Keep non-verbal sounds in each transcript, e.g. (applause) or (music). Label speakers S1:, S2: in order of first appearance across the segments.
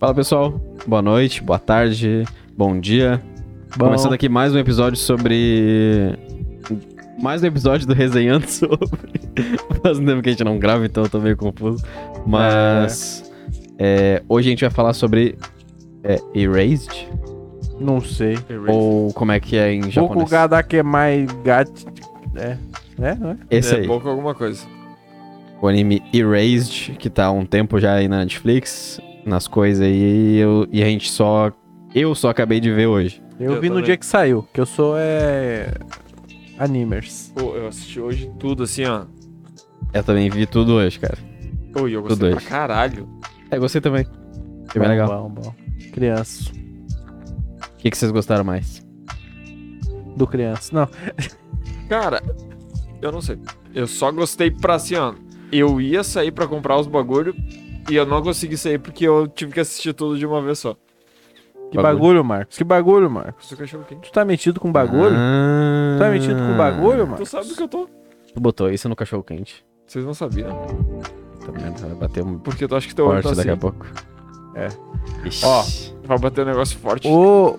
S1: Fala pessoal, boa noite, boa tarde, bom dia.
S2: Bom.
S1: Começando aqui mais um episódio sobre. Mais um episódio do Resenhando (laughs) sobre. Faz um tempo que a gente não grava, então eu tô meio confuso. Mas. é, hoje a gente vai falar sobre. É, erased?
S2: Não sei.
S1: Ou como é que é em
S2: Pouco
S1: japonês?
S2: gada que é mais gato. É. É, não é?
S1: Esse
S3: É
S1: aí.
S3: pouco alguma coisa.
S1: o anime Erased, que tá há um tempo já aí na Netflix, nas coisas aí, e, eu- e a gente só. Eu só acabei de ver hoje.
S2: Eu,
S3: Eu
S2: vi no
S3: também.
S2: dia que saiu, que eu sou é. Animers.
S3: Pô, eu assisti hoje tudo assim, ó.
S1: Eu também vi tudo hoje, cara.
S3: Pô, e eu gostei
S1: Tudo
S3: pra
S1: hoje.
S3: caralho.
S1: É, gostei também. Foi bem
S2: Bom,
S1: legal.
S2: Bom, bom. Criança.
S1: O que, que vocês gostaram mais?
S2: Do criança. Não.
S3: Cara, eu não sei. Eu só gostei pra assim, ó. Eu ia sair pra comprar os bagulho e eu não consegui sair porque eu tive que assistir tudo de uma vez só.
S2: Que
S1: Bagulho.
S2: bagulho, Marcos. Que bagulho, Marcos.
S3: Seu cachorro quente.
S2: Tu tá metido com bagulho?
S1: Ah,
S2: Tu tá metido com bagulho,
S3: Tu
S2: Marcos?
S3: sabe do que eu tô.
S1: Tu botou isso no cachorro quente.
S3: Vocês não sabiam. né?
S1: Puta merda, vai bater um
S3: Porque tu acha que teu olho tá
S1: forte
S3: assim.
S1: daqui a pouco.
S2: É.
S1: Ixi.
S2: Ó,
S3: Vai bater um negócio forte.
S2: O.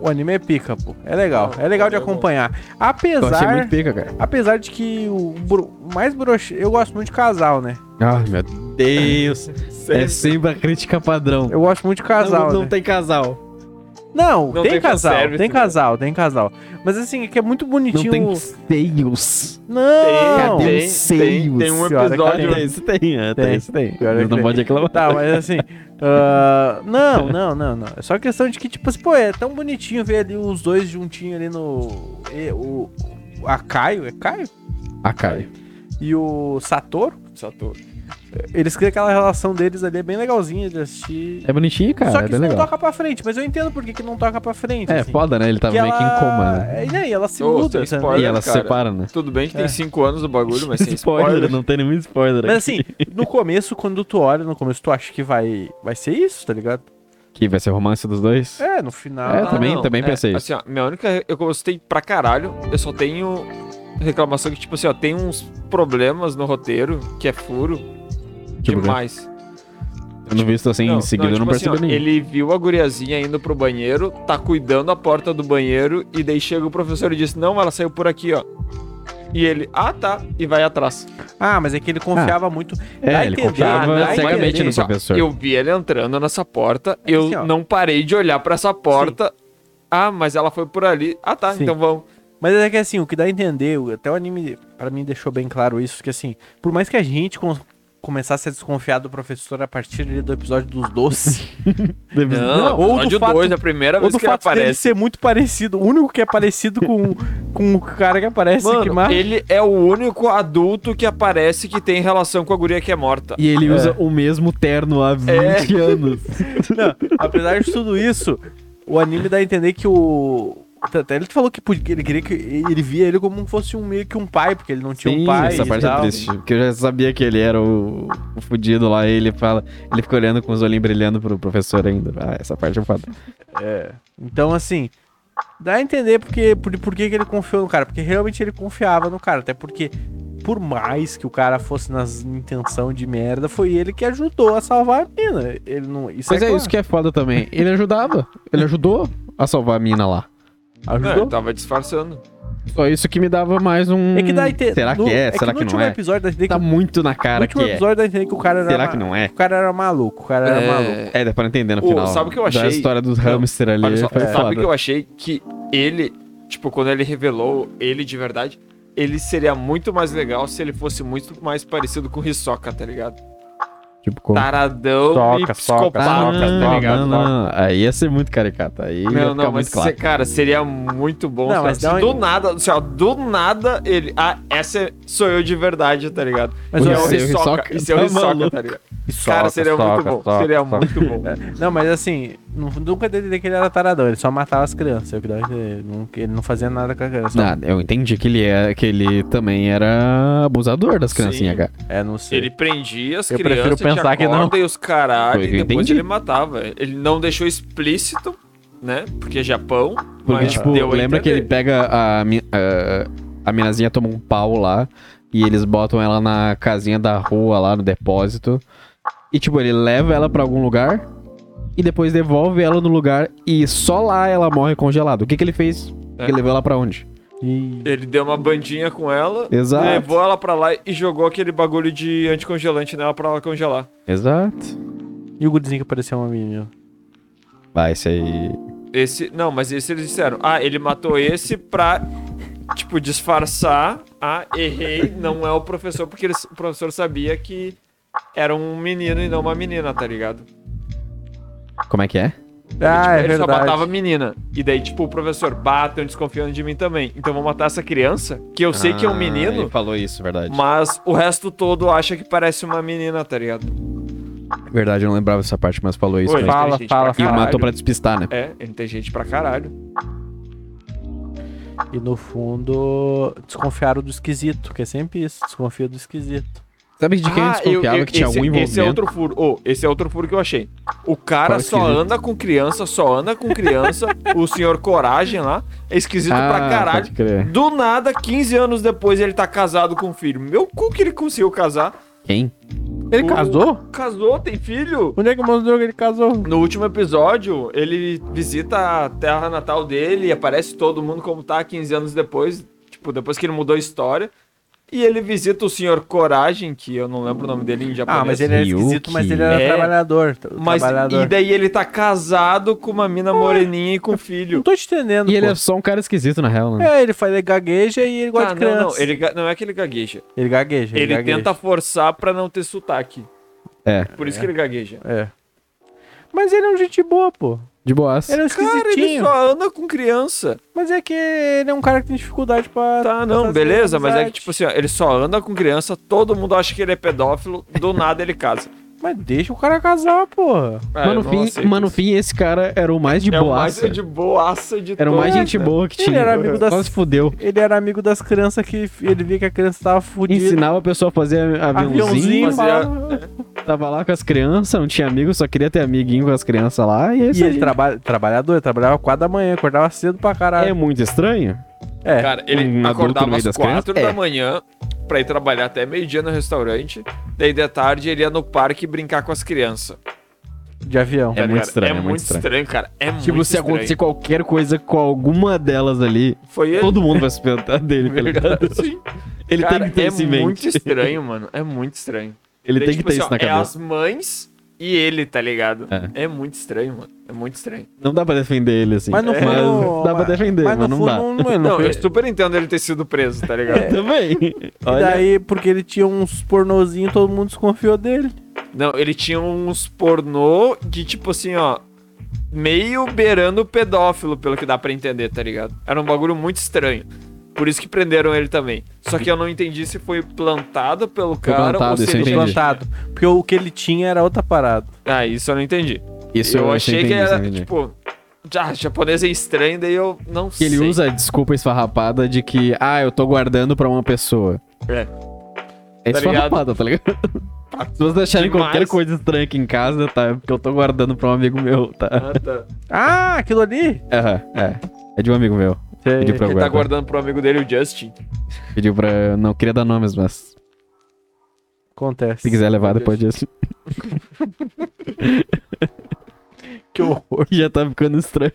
S2: O anime é pica, pô. É legal. É legal de acompanhar.
S1: eu achei
S2: Apesar.
S1: muito pica, cara.
S2: Apesar de que o bro- mais broche. Eu gosto muito de casal, né?
S1: Ai, Ah, meu Deus.
S3: Sério.
S1: é sempre a crítica padrão.
S2: Eu gosto muito de É um casal.
S1: não, não
S2: né?
S1: tem casal.
S2: Não,
S3: Não
S2: tem,
S3: tem
S2: casal,
S3: fanservice,
S2: tem
S3: né?
S2: casal, tem casal. Mas assim, é que é muito
S1: Não
S2: bonitinho.
S1: tem
S2: o-
S1: seios.
S2: Não!
S1: Cadê?
S3: tem, tem, tem um
S2: senhora,
S3: episódio.
S2: cadê?
S1: Isso tem, é, tem,
S2: Tem.
S1: isso tem.
S2: Pior é
S1: Você
S2: que
S1: não
S2: tem.
S1: pode reclamar.
S2: Tá, mas assim. ah, não, não, não, não. É só questão de que, tipo assim, pô, é tão bonitinho ver ali os dois juntinhos ali no. e- o, o a Caio, é Caio?
S1: Ah, Caio.
S2: E o Satoru.
S3: Só tô-
S2: Eles criam aquela relação deles ali, é bem legalzinha de assistir.
S1: É bonitinho, cara,
S2: só que
S1: é bem
S2: isso não
S1: legal.
S2: toca pra frente, mas eu entendo por que, que não toca pra frente.
S1: É,
S2: assim.
S1: foda, né? Ele tava
S2: Que
S1: meio que em coma, né?
S2: É, E aí, ela se
S3: Ô,
S2: muda.
S3: tem
S2: sabe?
S3: spoiler,
S1: E ela se
S3: cara.
S1: separa, né?
S3: Tudo bem que
S2: É.
S3: tem 5 anos o
S1: (laughs)
S3: bagulho, mas sem spoiler.
S1: não tem nenhum spoiler
S2: Mas assim,
S3: (laughs)
S2: no começo, quando tu olha, no começo tu acha que vai, vai ser isso, tá ligado?
S1: Que vai ser o romance dos dois?
S2: É, no final.
S1: É, também- pensei
S3: Ah, Assim, ó, minha única. Eu gostei pra caralho. Eu só tenho reclamação que, tipo assim, ó, tem uns problemas no roteiro que é furo.
S1: Tipo o quê?
S3: demais.
S1: Eu não vi isso assim,
S3: não,
S1: em seguida eu não
S3: tipo assim,
S1: percebi
S3: ó,
S1: nenhum.
S3: Ele viu a guriazinha indo pro banheiro, tá cuidando a porta do banheiro, e daí chega o professor e diz: Não, ela saiu por aqui, ó. E ele, ah tá, e vai atrás. Ah,
S2: Ah, mas é que ele confiava muito. dá
S1: É,
S2: a
S1: ele
S2: entender,
S3: dá
S1: confiava
S3: a
S1: cegamente
S2: entender.
S1: no
S3: Só,
S1: professor.
S3: assim, Eu vi ele entrando nessa porta, eu
S2: assim, ó.
S3: não parei de olhar pra essa porta. Ah, mas ela foi por ali. Ah tá,
S2: Sim.
S3: então vamos.
S2: Mas é que assim, o que dá a entender, o- até o anime, pra mim, deixou bem claro isso, que assim, por mais que a gente com- começasse a desconfiar do professor a partir ali do episódio dos doces,
S3: (laughs) Não,
S2: ou do
S3: ou do
S2: fato-
S3: 2, a primeira
S2: ou
S3: vez
S2: do
S3: que ele
S2: fato dele
S3: aparece.
S2: ser muito parecido, o único que é parecido com, com o cara que aparece que
S3: Mano,
S2: mata.
S3: ele é o único adulto que aparece que tem relação com a guria que é morta.
S1: E ele usa o mesmo terno há 20 anos.
S2: Não, apesar de tudo isso, o anime dá a entender que o. Até ele falou que podia- ele queria que ele via ele como fosse um meio que um pai, porque ele não tinha um
S1: Sim,
S2: pai.
S1: essa
S2: e
S1: parte é
S2: tal.
S1: triste. Porque eu já sabia que ele era o, o fudido lá, e ele fala. Ele fica olhando com os olhinhos brilhando pro professor ainda. Ah, essa parte é foda.
S2: É. Então, assim, dá a entender porque, por, por que que ele confiou no cara. Porque realmente ele confiava no cara. Até porque, por mais que o cara fosse nas intenção de merda, foi ele que ajudou a salvar a mina. Ele não. Isso
S1: Mas é,
S2: claro.
S1: isso que é foda também. Ele ajudava. Ele ajudou a salvar a mina lá.
S3: Não,
S2: Ajudou.
S3: ele É, tava disfarçando.
S1: Só isso que me dava mais um.
S2: É que dá a entender.
S1: Será que
S2: no-
S1: é? Será
S2: no
S1: que não
S2: último
S1: é?
S2: episódio dá a entender
S1: Tá
S2: que,
S1: muito na
S2: no
S1: cara que
S2: último
S1: é.
S2: episódio dá a entender que o cara era.
S1: Será
S2: ma-
S1: que não é?
S2: O cara era maluco, o cara era maluco.
S1: É, dá pra entender no
S3: Ô,
S1: final.
S3: sabe o que eu
S1: Da
S3: achei?
S1: história dos hamster ali.
S3: Olha só,
S2: é
S1: foi
S3: sabe
S1: foda.
S3: o que eu achei? Que ele, tipo, quando ele revelou ele de verdade, ele seria muito mais legal se ele fosse muito mais parecido com o Hisoka, tá ligado?
S1: Tipo,
S3: Tá.
S1: como...
S3: Taradão
S2: Soca,
S3: e
S2: soca,
S1: Ah,
S3: psicopata,
S2: soca,
S1: não,
S3: tá
S2: soca.
S3: ligado?
S1: não, não, não. Aí ia ser muito caricato. Aí ia
S3: Ah, Não,
S1: ficar
S3: não, mas
S1: muito claro.
S3: se- cara, seria muito bom
S2: Não,
S3: se-
S2: mas
S3: se
S2: dá um uma-
S3: do nada, assim, ó, do nada ele. Ah, essa é- sou eu de verdade, tá ligado?
S2: Mas
S3: e
S2: olha,
S3: é o
S1: seu
S3: Hisoka,
S1: Hisoka
S3: esse é o
S1: tá
S3: Hisoka,
S1: maluco.
S3: tá ligado? Cara, seria muito bom. Seria muito bom.
S1: (laughs)
S2: Não, mas assim, nu- nunca deu a entender que ele era taradão, ele só matava as crianças. é o que dá a entender, nu- Ele não fazia nada com a criança. só-
S1: Não, eu entendi que ele, é, que ele também era abusador das
S3: Sim.
S1: criancinhas, cara.
S2: É, não sei.
S3: Ele prendia as
S2: Eu prefiro
S3: crianças, tinha
S2: pensar que não.
S3: corda e os caralho,
S1: Foi o
S3: e
S1: que eu
S3: depois
S1: entendi.
S3: ele matava. Ele não deixou explícito, né? Porque é Japão,
S1: Porque,
S3: mas
S1: tipo,
S3: deu a
S1: lembra que ele
S3: entender.
S1: pega a, mi- a, a minazinha toma um pau lá e eles botam ela na casinha da rua lá no depósito. E, tipo, ele leva ela pra algum lugar e depois devolve ela no lugar e só lá ela morre congelada. O que, que ele fez?
S3: É.
S1: Ele levou ela pra onde?
S2: E...
S3: Ele deu uma bandinha com ela,
S1: Exato.
S3: levou ela pra lá e jogou aquele bagulho de anticongelante nela pra ela congelar.
S1: Exato.
S2: e o gurizinho que um apareceu uma menina.
S1: Vai, esse aí.
S3: Esse. Não, mas esse eles disseram. Ah, ele matou esse pra. Tipo, disfarçar. Ah, errei. Não é o professor, porque ele- o professor sabia que era um menino e não uma menina, tá ligado?
S1: Como é que é?
S2: Ah, é
S3: tipo, ele só
S2: verdade.
S3: matava menina. E daí, tipo, o professor, bah, tão desconfiando de mim também. Então vou matar essa criança, que eu sei que é um
S1: Ah, Ele
S3: menino,
S1: falou isso, verdade.
S3: mas o resto todo acha que parece uma menina, tá ligado?
S1: Verdade, eu não lembrava dessa parte, mas falou isso.
S3: Pô, ele
S1: mesmo.
S3: tem
S2: Fala,
S3: gente
S2: fala,
S3: pra
S1: E
S2: fala.
S3: caralho.
S1: matou pra despistar, né?
S3: É, ele tem gente pra caralho.
S2: E no fundo, desconfiaram do esquisito, que é sempre isso, desconfia do esquisito.
S1: Sabe de quem
S3: Ah,
S1: desconfiava
S3: eu- eu-
S1: que tinha
S3: esse,
S1: algum envolvimento?
S3: Esse é outro furo. Ô, esse é outro furo que eu achei. O cara
S1: Qual é
S3: só
S1: esquisito?
S3: anda com criança, só anda
S1: (laughs)
S3: com criança. o senhor Coragem lá é esquisito pra
S1: Ah,
S3: caralho.
S1: pode crer.
S3: Do nada, 15 anos depois, ele tá casado com um filho. Meu cu que ele conseguiu casar.
S1: Quem?
S2: Ele
S3: O-
S2: casou?
S3: Casou, tem filho.
S2: Onde é que mostrou que ele casou?
S3: No último episódio, ele visita a terra natal dele e aparece todo mundo como tá 15 anos depois, tipo, depois que ele mudou a história. E ele visita o senhor Coragem, que eu não lembro o nome dele em japonês.
S2: Ah, mas ele era esquisito, mas ele era
S3: É.
S2: trabalhador. tra-
S3: Mas
S2: trabalhador.
S3: e daí ele tá casado com uma mina moreninha e com
S2: Não
S3: filho.
S2: tô te entendendo.
S1: E ele
S2: pô.
S1: é só um cara esquisito, na real, né?
S2: É, ele faz ele gagueja e ele gosta
S3: Tá,
S2: de
S3: não,
S2: criança.
S3: não, ele ga- não é que ele gagueja.
S2: Ele gagueja.
S3: Ele,
S2: gagueja.
S3: tenta forçar pra não ter sotaque.
S1: É.
S3: Por isso que ele gagueja.
S2: É. Mas ele é um gente boa, pô.
S1: De boas.
S2: Ele é um
S3: Cara, ele
S2: esquisitinho.
S3: só anda com criança.
S2: Mas é que ele é um cara que tem dificuldade pra.
S3: Tá,
S2: pra
S3: não,
S2: fazer
S3: beleza, mas é que,
S2: amizade.
S3: tipo assim, ó, ele só anda com criança, todo mundo acha que ele é pedófilo, do nada ele
S1: (laughs)
S3: casa.
S2: Mas deixa o cara casar, porra.
S3: Ah,
S1: mano,
S3: eu não
S1: fim,
S3: aceito
S1: mano
S3: isso.
S1: fim, esse cara era o mais de
S3: é o mais
S1: boaça.
S3: de boaça de
S1: Era o mais
S3: todos,
S1: gente
S3: né?
S1: boa que
S2: Ele
S1: tinha.
S2: era amigo das-
S1: Só se fudeu.
S2: Ele era amigo das crianças que f- ele via que a criança tava fudida.
S1: Ensinava a pessoa a fazer aviãozinho.
S2: aviãozinho, é-
S3: fazia-
S2: falava-
S1: Tava lá com as crianças, não tinha amigo, só queria ter amiguinho com as crianças lá. E, é isso
S2: E ele
S1: aí.
S2: trabalha, trabalhador, trabalhava 4 da manhã, acordava cedo pra
S1: É
S2: caralho.
S1: muito estranho.
S2: É,
S3: Cara, ele
S1: Um adulto no
S3: acordava
S1: meio
S3: às
S1: das
S3: 4
S1: crianças?
S3: da
S1: É.
S3: manhã pra ir trabalhar até meio-dia no restaurante, daí de tarde ele ia no parque brincar com as crianças.
S2: de avião.
S1: É.
S3: tá
S1: muito
S3: ligado?
S1: estranho,
S3: é muito estranho. cara. É
S1: Tipo,
S3: muito
S1: se
S3: estranho.
S1: acontecer qualquer coisa com alguma delas ali,
S3: Foi ele.
S1: todo mundo vai se perguntar dele, tá ligado?
S3: Sim.
S1: Ele
S3: Cara,
S1: tem que ter
S3: é
S1: esse em
S3: muito
S1: mente.
S3: estranho, mano. É muito estranho.
S1: Ele
S3: Daí,
S1: tem que
S3: tipo
S1: ter
S3: assim,
S1: isso
S3: ó,
S1: na
S3: É as
S1: cabeça.
S3: mães e ele, tá ligado?
S1: É.
S3: é muito estranho, mano. É muito estranho.
S1: Não dá pra defender ele assim.
S2: Mas no
S1: É,
S2: fundo-
S1: dá pra defender, mas,
S2: no
S1: não
S2: fundo,
S1: dá.
S3: (laughs)
S2: não, um-
S3: Não, é-
S2: não,
S3: eu super entendo ele ter sido preso, tá ligado?
S1: Também.
S2: E
S1: Olha,
S2: daí, porque ele tinha uns pornozinhos, todo mundo desconfiou dele.
S3: Não, ele tinha uns pornô de tipo assim, ó. Meio beirando pedófilo, pelo que dá pra entender, tá ligado? Era um bagulho muito estranho. Por isso que prenderam ele também. Só que eu não entendi se foi plantado pelo cara
S1: plantado,
S3: ou se
S1: isso eu
S3: ele.
S1: entendi.
S2: Plantado. Porque o que ele tinha era outra parada.
S3: Ah, isso eu não entendi.
S1: isso
S3: eu
S1: eu
S3: achei
S1: entendi,
S3: que
S1: isso eu
S3: era,
S1: entendi.
S3: tipo. Ah, japonês é estranho, daí eu não
S1: Que
S3: sei.
S1: ele usa a desculpa esfarrapada de que, ah, eu tô guardando pra uma pessoa.
S3: É.
S1: É
S3: Tá Ah,
S1: esfarrapada, tá ligado? Se vocês acharem
S3: Demais.
S1: qualquer coisa estranha aqui em casa, tá? É porque eu tô guardando pra um amigo meu, tá?
S3: Ah,
S1: (laughs)
S3: tá.
S2: Ah, aquilo ali?
S1: Aham, é. É de um amigo meu. Pediu pra eu
S3: Ele tá
S1: guardar.
S3: guardando pro amigo dele, o Justin.
S1: Pediu pra. Não queria dar nomes, mas
S2: Acontece.
S1: se quiser levar depois disso.
S2: Que horror.
S1: Já tá ficando estranho.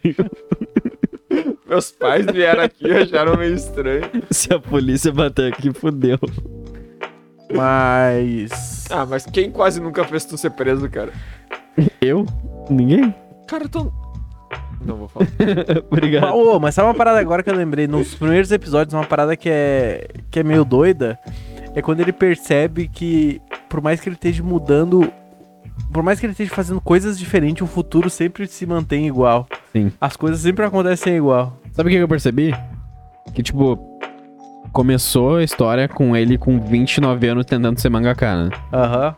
S1: (laughs)
S3: Meus pais vieram aqui (laughs) e acharam meio estranho.
S1: Se a polícia bater aqui, fudeu.
S2: Mas.
S3: Ah, mas quem quase nunca fez tu ser preso, cara?
S1: Eu? Ninguém?
S3: Cara, eu tô. Não vou falar.
S1: Obrigado.
S2: Mas, ô, mas sabe uma parada agora que eu lembrei? Nos primeiros episódios, uma parada que é, que é meio doida é quando ele percebe que, por mais que ele esteja mudando, por mais que ele esteja fazendo coisas diferentes, o futuro sempre se mantém igual.
S1: Sim.
S2: As coisas sempre acontecem igual.
S1: Sabe o que que eu percebi? Que, tipo, começou a história com ele com 29 anos tentando ser mangaká, né?
S2: Aham.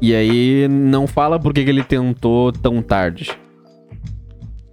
S1: E aí não fala por que que ele tentou tão tarde.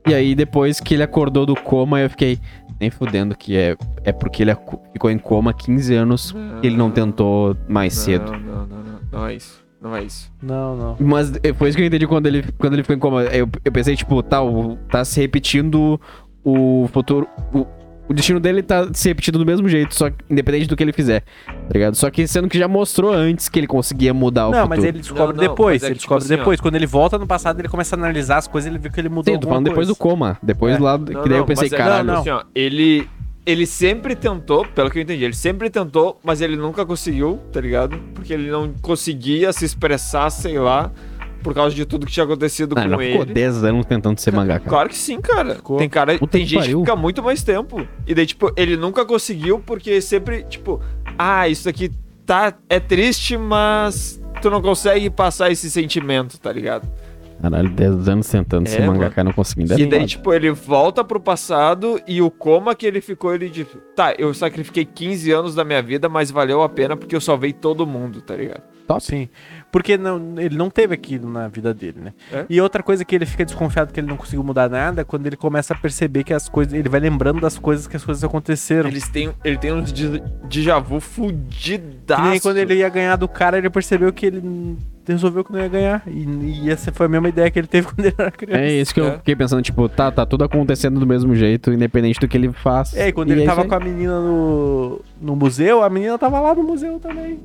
S1: E aí depois que ele acordou do coma, eu fiquei nem fudendo que é, é porque ele acu- ficou em coma 15 anos que ele não tentou mais cedo.
S3: Não, não, não, não. Não é isso. Não é isso.
S2: Não, não.
S1: Mas eh, foi isso que eu entendi quando ele, quando ele ficou em coma. Eu, eu pensei, tipo, tá, o- tá se repetindo o futuro. o- o destino dele tá se repetindo do mesmo jeito, só que, independente do que ele fizer, tá ligado? Só que sendo que já mostrou antes que ele conseguia mudar o
S2: não,
S1: futuro.
S2: mas ele descobre
S3: Não, não,
S2: depois.
S3: mas é
S2: ele
S3: que, tipo
S2: descobre
S3: assim, ó.
S2: depois. Quando ele volta no passado, ele começa a analisar as coisas ele vê que ele mudou
S1: Sim, tô
S2: alguma
S1: falando depois do
S2: coisa.
S1: coma. Depois
S2: É.
S1: lá,
S3: Não,
S1: que daí eu
S3: não,
S1: pensei,
S3: mas é-
S1: caralho.
S3: não, não, assim, ó, ele, ele sempre tentou, pelo que eu entendi, ele sempre tentou, mas ele nunca conseguiu, tá ligado? Porque ele não conseguia se expressar, sei lá, por causa de tudo que tinha acontecido
S1: Ah,
S3: com
S1: não
S3: ele.
S1: ficou 10 anos tentando ser mangá, cara.
S3: Claro que sim, cara.
S2: Ficou.
S3: Tem cara,
S1: Puta
S3: tem
S1: que
S3: gente
S1: pariu.
S3: que fica muito mais tempo. E daí, tipo, ele nunca conseguiu porque sempre, tipo, ah, isso aqui tá, é triste, mas tu não consegue passar esse sentimento, tá ligado?
S1: Caralho, 10 anos tentando
S3: É,
S1: ser mangá,
S3: mano.
S1: cara, não conseguindo.
S3: e
S1: É
S3: daí,
S1: foda.
S3: tipo, ele volta pro passado e o coma que ele ficou, ele tipo, tá, eu sacrifiquei 15 anos da minha vida, mas valeu a pena porque eu salvei todo mundo, tá ligado?
S1: Top.
S2: Sim. Porque não, ele não teve aquilo na vida dele, né?
S3: É.
S2: E outra coisa que ele fica desconfiado que ele não conseguiu mudar nada é quando ele começa a perceber que as coisas. Ele vai lembrando das coisas que as coisas aconteceram.
S3: Eles têm, ele tem uns di- déjà vu fudidaço.
S2: E aí, quando ele ia ganhar do cara, ele percebeu que ele hum, resolveu que não ia ganhar. E, e essa foi a mesma ideia que ele teve (laughs) quando ele era criança.
S1: É isso que eu
S3: É.
S1: fiquei pensando, tipo, tá, tá tudo acontecendo do mesmo jeito, independente do que ele faz.
S2: É, e quando ele
S1: é
S2: tava
S1: isso
S2: com
S1: aí.
S2: a menina no, no museu, a menina tava lá no museu também.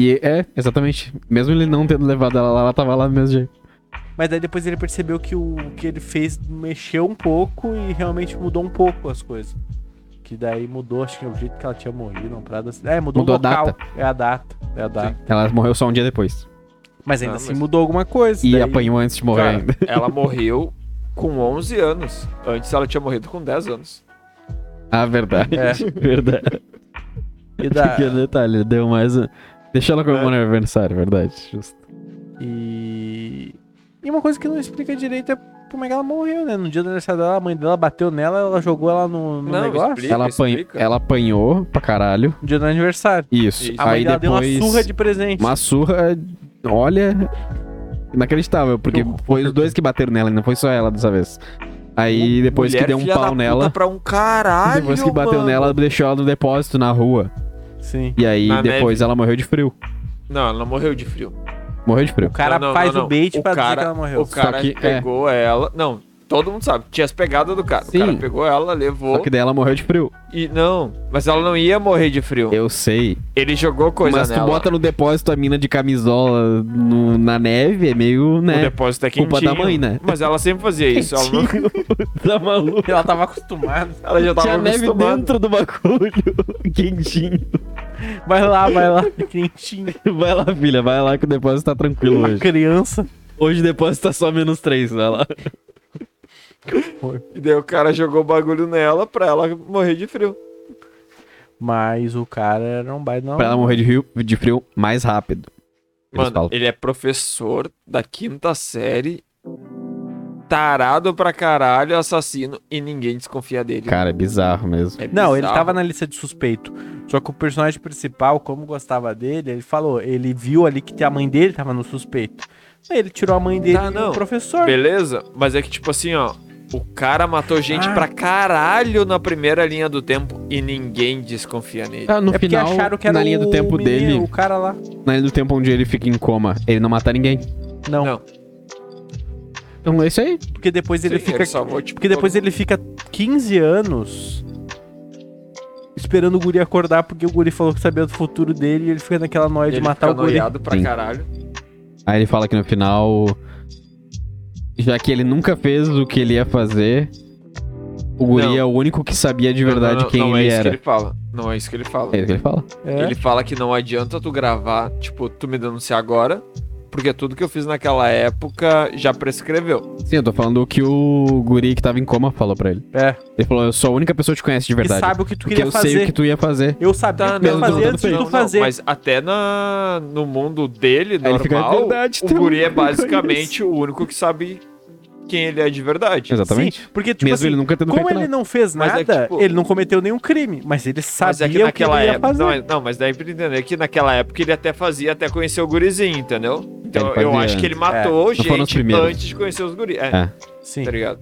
S1: E é, exatamente. Mesmo ele não tendo levado ela lá, ela tava lá do mesmo jeito.
S2: Mas daí depois ele percebeu que o que ele fez mexeu um pouco e realmente mudou um pouco as coisas. Que daí mudou, acho que é o jeito que ela tinha morrido, não parada assim. É, mudou,
S1: Mudou a
S2: o local.
S1: data.
S2: É a data. É a data.
S1: Ela morreu só um dia depois.
S2: Mas ainda
S3: Ah,
S2: assim
S3: mas-
S2: mudou alguma coisa.
S1: E
S2: daí-
S1: apanhou antes de morrer
S3: Cara,
S1: ainda. (laughs)
S3: ela morreu com 11 anos. Antes ela tinha morrido com 10 anos.
S1: Ah, verdade.
S2: É.
S1: (laughs) Verdade.
S2: E, É. da-
S1: Que detalhe, deu mais. um- Deixa ela comemorar o aniversário, verdade. Justo.
S2: e... e uma coisa que não explica direito é como é que ela morreu, né? No dia do aniversário dela, a mãe dela bateu nela, ela jogou ela no, no
S3: Não,
S2: negócio.
S3: explica.
S1: Ela, apanhou,
S3: explica.
S1: ela apanhou pra caralho.
S2: No dia do aniversário.
S1: Isso.
S3: Isso.
S2: A mãe
S1: Aí
S2: dela
S1: depois.
S2: deu uma surra de presente.
S1: Uma surra, olha, inacreditável, porque
S2: Eu-
S1: foi os dois que bateram nela, não foi só ela dessa vez. Aí depois que
S3: Mulher
S1: deu um
S3: filha da
S1: pau
S3: puta
S1: nela,
S3: Pra um caralho,
S1: depois que bateu
S3: mano.
S1: nela, deixou ela no depósito na rua.
S2: Sim.
S1: E aí
S3: Na
S1: depois
S3: neve.
S1: ela morreu de frio.
S3: Não, ela não morreu de frio.
S1: Morreu de frio.
S2: O cara
S3: Não, não,
S2: faz
S3: não, não.
S2: o bait
S3: O
S2: pra dizer
S3: cara-
S2: que ela morreu.
S3: O cara
S1: que- é.
S3: pegou ela. Não, todo mundo sabe. Tinha as pegadas do cara.
S1: Sim.
S3: O cara pegou ela, levou.
S1: Só que daí ela morreu de frio.
S3: E não, mas ela não ia morrer de frio.
S1: Eu sei.
S3: Ele jogou coisa
S1: Mas
S3: nela.
S1: tu bota no depósito a mina de camisola no- na neve, é meio,
S3: O
S1: né?
S3: depósito é quentinho.
S1: Culpa da mãe, né?
S3: Mas ela
S1: (laughs)
S3: sempre fazia isso. Ela, não-
S1: tá maluco.
S2: (laughs) Ela tava acostumada.
S3: ela já tava
S1: Tinha neve
S3: acostumada.
S1: dentro do bagulho. (laughs) Quentinho.
S2: Vai lá, vai lá, (laughs) quentinho.
S1: Vai lá, filha, vai lá que o depósito tá tranquilo
S2: Uma
S1: hoje.
S2: criança.
S1: Hoje depois tá só menos 3, vai lá.
S3: E daí o cara jogou o bagulho nela pra ela morrer de frio.
S2: Mas o cara era um baita.
S1: Pra ela morrer de, rio, de frio mais rápido. Eles
S3: Mano,
S1: falam.
S3: ele é professor da quinta série, tarado pra caralho, assassino, e ninguém desconfia dele.
S1: Cara, é bizarro mesmo.
S3: É
S2: Não, ele
S3: bizarro.
S2: tava na lista de suspeito. Só que o personagem principal, como gostava dele, ele falou, ele viu ali que a mãe dele tava no suspeito. Aí ele tirou a mãe dele
S3: Tá,
S2: e o
S3: não.
S2: professor.
S3: Beleza? Mas é que, tipo assim, ó. O cara matou gente
S2: Ah.
S3: pra caralho na primeira linha do tempo e ninguém desconfia nele.
S1: Ah, no
S2: é porque
S1: final,
S2: acharam que era
S1: na linha do
S2: o
S1: tempo
S2: menino,
S1: dele,
S2: O cara lá.
S1: na linha do tempo onde ele fica em coma, ele não mata ninguém.
S2: Não,
S3: Não,
S1: Então é isso aí.
S2: porque depois ele
S3: sim,
S2: fica.
S3: ele salvou, tipo,
S2: Porque depois
S3: todo
S2: ele fica 15 anos esperando o guri acordar, porque o guri falou que sabia do futuro dele e ele fica naquela noia
S3: mundo.
S2: de
S3: Ele
S2: matar o
S3: fica
S2: guri.
S3: noiado pra
S1: Sim.
S3: caralho.
S1: Aí ele fala que no final, já que ele nunca fez o que ele ia fazer, o guri
S3: Não.
S1: é o único que sabia de verdade
S3: Não, não,
S1: quem
S3: não
S1: ele
S3: é isso
S1: era.
S3: que ele fala. Não é isso que ele fala.
S1: É isso que ele fala.
S2: É.
S3: Ele fala que não adianta tu gravar, tipo, tu me denunciar agora, porque tudo que eu fiz naquela época já prescreveu.
S1: Sim, eu tô falando o que o guri que tava em coma falou pra ele.
S2: É.
S1: Ele falou, eu sou a única pessoa que te conhece de
S2: Que
S1: verdade.
S2: sabe o que tu
S1: porque
S2: queria
S1: eu
S2: fazer.
S1: sei o que tu ia fazer.
S2: Eu sabia
S3: Tá,
S2: o que tu
S1: não,
S2: ia fazer
S1: não,
S2: antes de
S1: não,
S2: tu fazer.
S3: mas até na, no mundo dele,
S1: Aí ele fica,
S3: normal,
S1: "É verdade,
S3: o
S1: tem um
S3: guri é
S1: único que eu
S3: basicamente o único que sabe quem ele é de verdade.
S1: Exatamente.
S2: Sim, porque, tipo
S1: Mesmo
S2: assim,
S1: ele nunca tendo
S2: como
S1: feito
S2: ele
S1: nada.
S2: não fez
S3: Mas
S2: nada,
S3: é que, tipo-
S2: ele não cometeu nenhum crime. Mas ele sabia
S3: Mas é que
S2: o que ele
S3: naquela
S2: ia
S3: época.
S2: fazer.
S3: Não, é- não, mas daí pra entender que naquela época ele até fazia até conhecer o gurizinho, entendeu? Então
S1: Ele
S3: eu
S1: fazia
S3: acho que ele
S1: antes. É,
S3: matou
S1: Não foram os
S3: gente
S1: primeiros.
S3: antes de conhecer os guris. É,
S1: É.
S2: Sim.
S3: tá ligado?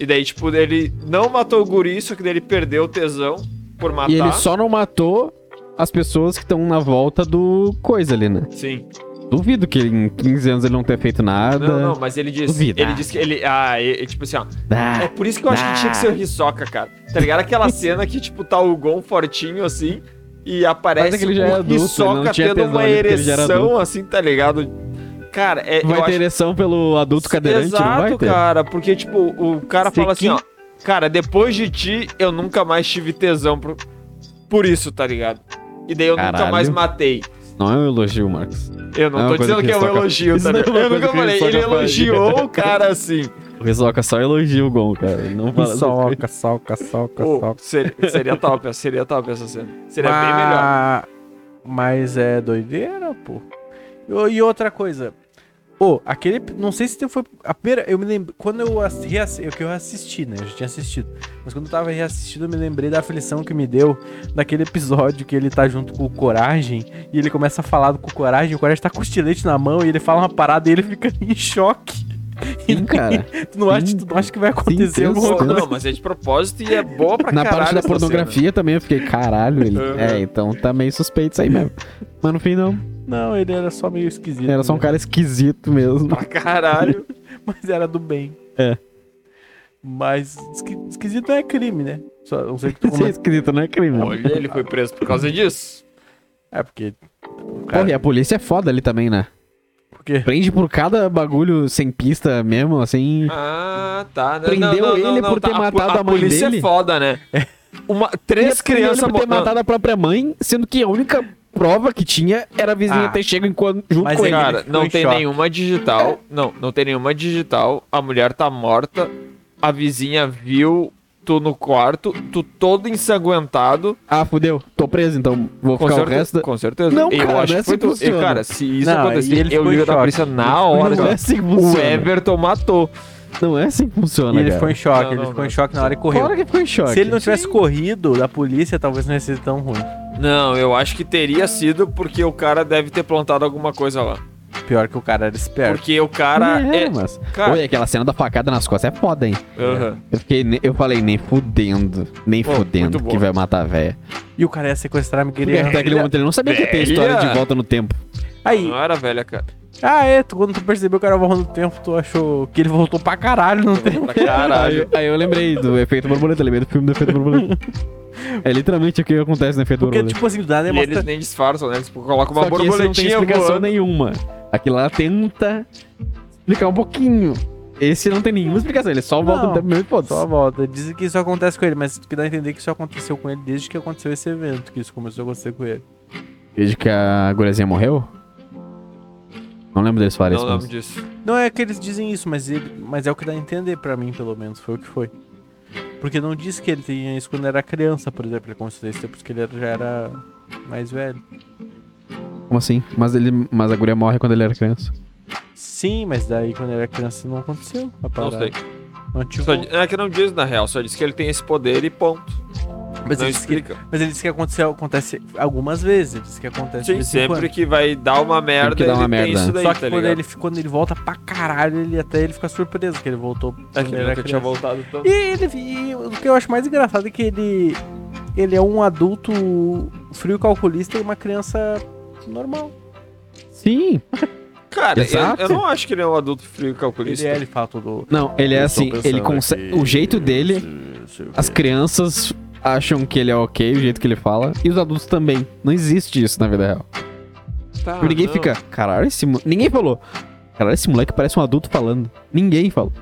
S3: E daí, tipo, ele não matou o guri, só que daí ele perdeu o tesão por matar.
S1: E ele só não matou as pessoas que estão na volta do coisa ali, né?
S3: Sim.
S1: Duvido que ele, em 15 anos ele não tenha feito nada.
S3: Não, não, mas ele disse.
S1: Duvido.
S3: Ele disse que ele. Ah, e- e tipo assim, ó.
S1: Ah,
S3: É por isso que eu acho que tinha que ser o Hisoka, cara. Tá
S1: (laughs)
S3: ligado? Aquela cena que, tipo, tá o Gon fortinho assim. E aparece
S1: Mas é que ele já é
S3: o
S1: adulto, ele não
S3: Hisoka
S1: tinha
S3: tendo
S1: tesão,
S3: uma
S1: ele- ele já era adulto.
S3: ereção, assim, tá ligado? Cara, é, eu
S1: vai ter
S3: acho
S1: ereção pelo adulto cadeirante?
S3: Exato,
S1: não vai ter.
S3: cara, porque, tipo, o cara
S1: Sequinho.
S3: fala assim, ó. Cara, depois de ti, eu nunca mais tive tesão por, por isso, tá ligado? E daí eu nunca
S1: Caralho.
S3: mais matei.
S1: Não é um elogio, Marcos.
S3: Eu não
S1: É uma
S3: tô
S1: coisa
S3: dizendo
S1: que
S3: que é um
S1: Hisoka-
S3: elogio,
S1: Isso
S3: tá
S1: não é
S3: ligado?
S1: uma
S3: Eu
S1: coisa
S3: nunca
S1: que
S3: falei,
S1: Hisoka
S3: ele
S1: faria.
S3: elogiou o cara
S1: (laughs)
S3: assim.
S1: O Hisoka só elogia o Gon, cara. Ele
S3: (laughs)
S1: não fala do...
S2: Soca, soca,
S1: Tá
S2: soca,
S3: Pô,
S2: soca.
S3: seria, seria top, essa- seria top essa cena. Seria é bem melhor.
S2: Mas- Mas é doideira, pô. E- E outra coisa. Pô, aquele. Não sei se foi. A primeira, eu me lembro. Quando eu ass- reass- eu que eu assisti, né? Eu já tinha assistido. Mas quando eu tava reassistindo, eu me lembrei da aflição que me deu daquele episódio que ele tá junto com o Coragem. E ele começa a falar com o Coragem. O Coragem tá com o estilete na mão. E ele fala uma parada e ele fica (laughs) em choque.
S1: Sim, cara.
S2: Tu não, acha,
S1: Sim.
S2: tu não acha que vai acontecer
S1: Deus do
S2: alguma
S3: Pô,
S1: céu.
S2: coisa?
S3: não, mas é de propósito e é boa (laughs) pra
S1: Na
S3: caralho.
S1: parte da
S3: essa
S1: pornografia também eu fiquei, caralho, ele.
S3: Uhum.
S1: É, então tá meio suspeito isso aí mesmo. Mas no fim não.
S2: Não, ele era só meio esquisito.
S1: Era só um
S2: né?
S1: cara esquisito mesmo. (laughs)
S3: cena. Pra caralho.
S2: (laughs) mas era do bem.
S1: É.
S2: Mas esqui- esquisito não é crime, né? Só, não sei o
S1: (laughs)
S2: que tu
S1: Isso é
S2: comenta.
S1: esquisito, não é crime. não.
S3: assim? Olha, ele foi preso por causa disso.
S2: É, porque. o
S1: Porra, e
S2: Cara,
S1: a polícia é foda ali também, né?
S2: porque
S1: Prende por cada bagulho sem pista mesmo, assim.
S3: Ah, tá. Não,
S1: Prendeu
S3: não, não,
S1: ele
S3: não,
S1: por ter
S3: tá. A po-
S1: matado a mãe
S3: polícia
S1: dele?
S3: é foda, né? Uma,
S1: Três
S3: três crianças
S1: por ter
S3: morreram.
S1: matado a própria mãe, sendo que a única prova que tinha era a vizinha
S2: Ah.
S1: ter chego enquanto, junto
S2: Mas
S1: com
S2: é
S1: ele.
S2: cara,
S3: Cara,
S2: ele ficou
S3: não
S2: em
S3: tem
S2: choque.
S3: nenhuma digital. Não, não tem nenhuma digital. A mulher tá morta. A vizinha viu tu no quarto. Tu todo ensanguentado.
S1: Ah, fudeu. Tô preso, então vou
S3: Com,
S1: ficar o
S3: certe-
S1: resto da...
S3: com certeza.
S1: Não,
S3: eu
S1: cara,
S3: acho
S1: não é
S3: que foi
S1: assim que
S3: tu. E,
S1: funciona.
S3: cara, se isso
S2: Não, e
S3: acontecer,
S2: ele
S3: eu
S2: ficou em
S3: ligo da
S2: choque.
S3: polícia na
S1: Não
S3: hora.
S1: é
S3: cara.
S1: assim que
S3: O
S1: funciona.
S3: Everton matou.
S1: Não é assim que funciona,
S2: e ele
S1: cara.
S2: ficou em choque,
S3: Não,
S2: ele
S3: não,
S2: ficou em
S3: não.
S2: choque na hora e correu.
S1: Fora que ficou em choque.
S2: Se ele não tivesse corrido da polícia, talvez não ia ser tão ruim.
S3: Não, eu acho que teria sido porque o cara deve ter plantado alguma coisa lá.
S2: Pior que o cara era esperto.
S3: Porque o cara
S1: é,
S3: é.
S1: mas...
S3: Cara,
S1: Olha, aquela cena da facada nas costas é foda, hein?
S3: aham.
S1: Eu, fiquei, ne- eu falei, nem fudendo, nem
S3: Pô, muito
S1: fudendo que
S3: boa.
S1: vai matar a véia.
S2: E o cara ia sequestrar a
S1: Porque
S2: Miguel.
S1: até É, aquele momento ele não sabia que ia ter a
S3: Velha.
S1: história de volta no tempo.
S2: Aí,
S3: É. não era velha, cara.
S2: ah é, tu, quando tu percebeu que era voltando no tempo, tu achou que ele voltou pra caralho no tempo.
S3: Pra caralho.
S1: (laughs) Aí, aí eu lembrei do efeito borboleta, lembrei do filme do efeito
S3: (laughs)
S1: borboleta. é literalmente o que acontece no efeito
S2: Porque,
S1: borboleta.
S2: tipo assim, do nada
S3: E eles
S2: mostra...
S3: nem disfarçam, né? Eles colocam uma
S1: Só que esse é não tem
S3: borboletinha
S1: explicação
S3: voando.
S1: nenhuma. Aquilo lá tenta explicar um pouquinho. Esse não tem nenhuma explicação, ele só volta
S2: Não.
S1: no tempo mesmo e foda-se.
S2: Só volta. Dizem que isso acontece com ele, mas que dá a entender que isso aconteceu com ele desde que aconteceu esse evento, que isso começou a acontecer com ele.
S1: Desde que a guriazinha morreu? Não lembro deles falarem
S3: Não
S1: isso.
S3: lembro
S1: mas-
S3: disso.
S2: Não é que eles dizem isso, mas, ele, mas é o que dá a entender pra mim, pelo menos, foi o que foi. Porque não diz que ele tinha isso quando era criança, por exemplo, ele começou isso depois que ele era- já era mais velho.
S1: Como assim? Mas, ele, mas a guria morre quando ele era criança.
S2: Sim, mas daí quando ele era criança não aconteceu. a
S3: Não
S2: parada.
S3: sei.
S2: Não, tipo,
S3: Só di- é que não diz na real, só diz que ele tem esse poder e ponto.
S2: mas,
S3: não
S2: ele disse que,
S3: explica.
S2: mas ele disse que aconteceu, acontece algumas vezes, ele disse que acontece de
S3: Sim,
S2: vez em
S3: sempre
S2: quando.
S3: que vai dar uma merda,
S1: que dar uma
S3: ele
S1: merda.
S3: tem isso daí,
S2: Só que
S3: tá
S2: quando,
S3: ligado?
S2: ele, quando ele volta pra caralho, ele até ele fica surpreso que ele voltou.
S3: É
S2: quando
S3: que
S2: ele
S3: ele
S2: era
S3: nunca tinha
S2: criança.
S3: voltado tanto.
S2: E ele. e o que eu acho mais engraçado é que ele. Ele é um adulto frio calculista e uma criança normal.
S1: Sim.
S3: Cara, eu,
S1: Exato.
S3: eu não acho que ele é um adulto frio e
S2: Ele
S3: calculista.
S2: é, ele fala todo.
S1: Não, ele é
S2: Eu tô
S1: assim, ele
S2: pensando
S1: consegue.
S2: aqui.
S1: O jeito dele, as crianças acham que ele é ok, o jeito que ele fala, e os adultos também. Não existe isso na vida real.
S3: Tá,
S1: Porque ninguém
S3: não.
S1: fica, caralho, esse. mo-" Ninguém falou. Caralho, esse moleque parece um adulto falando. Ninguém falou.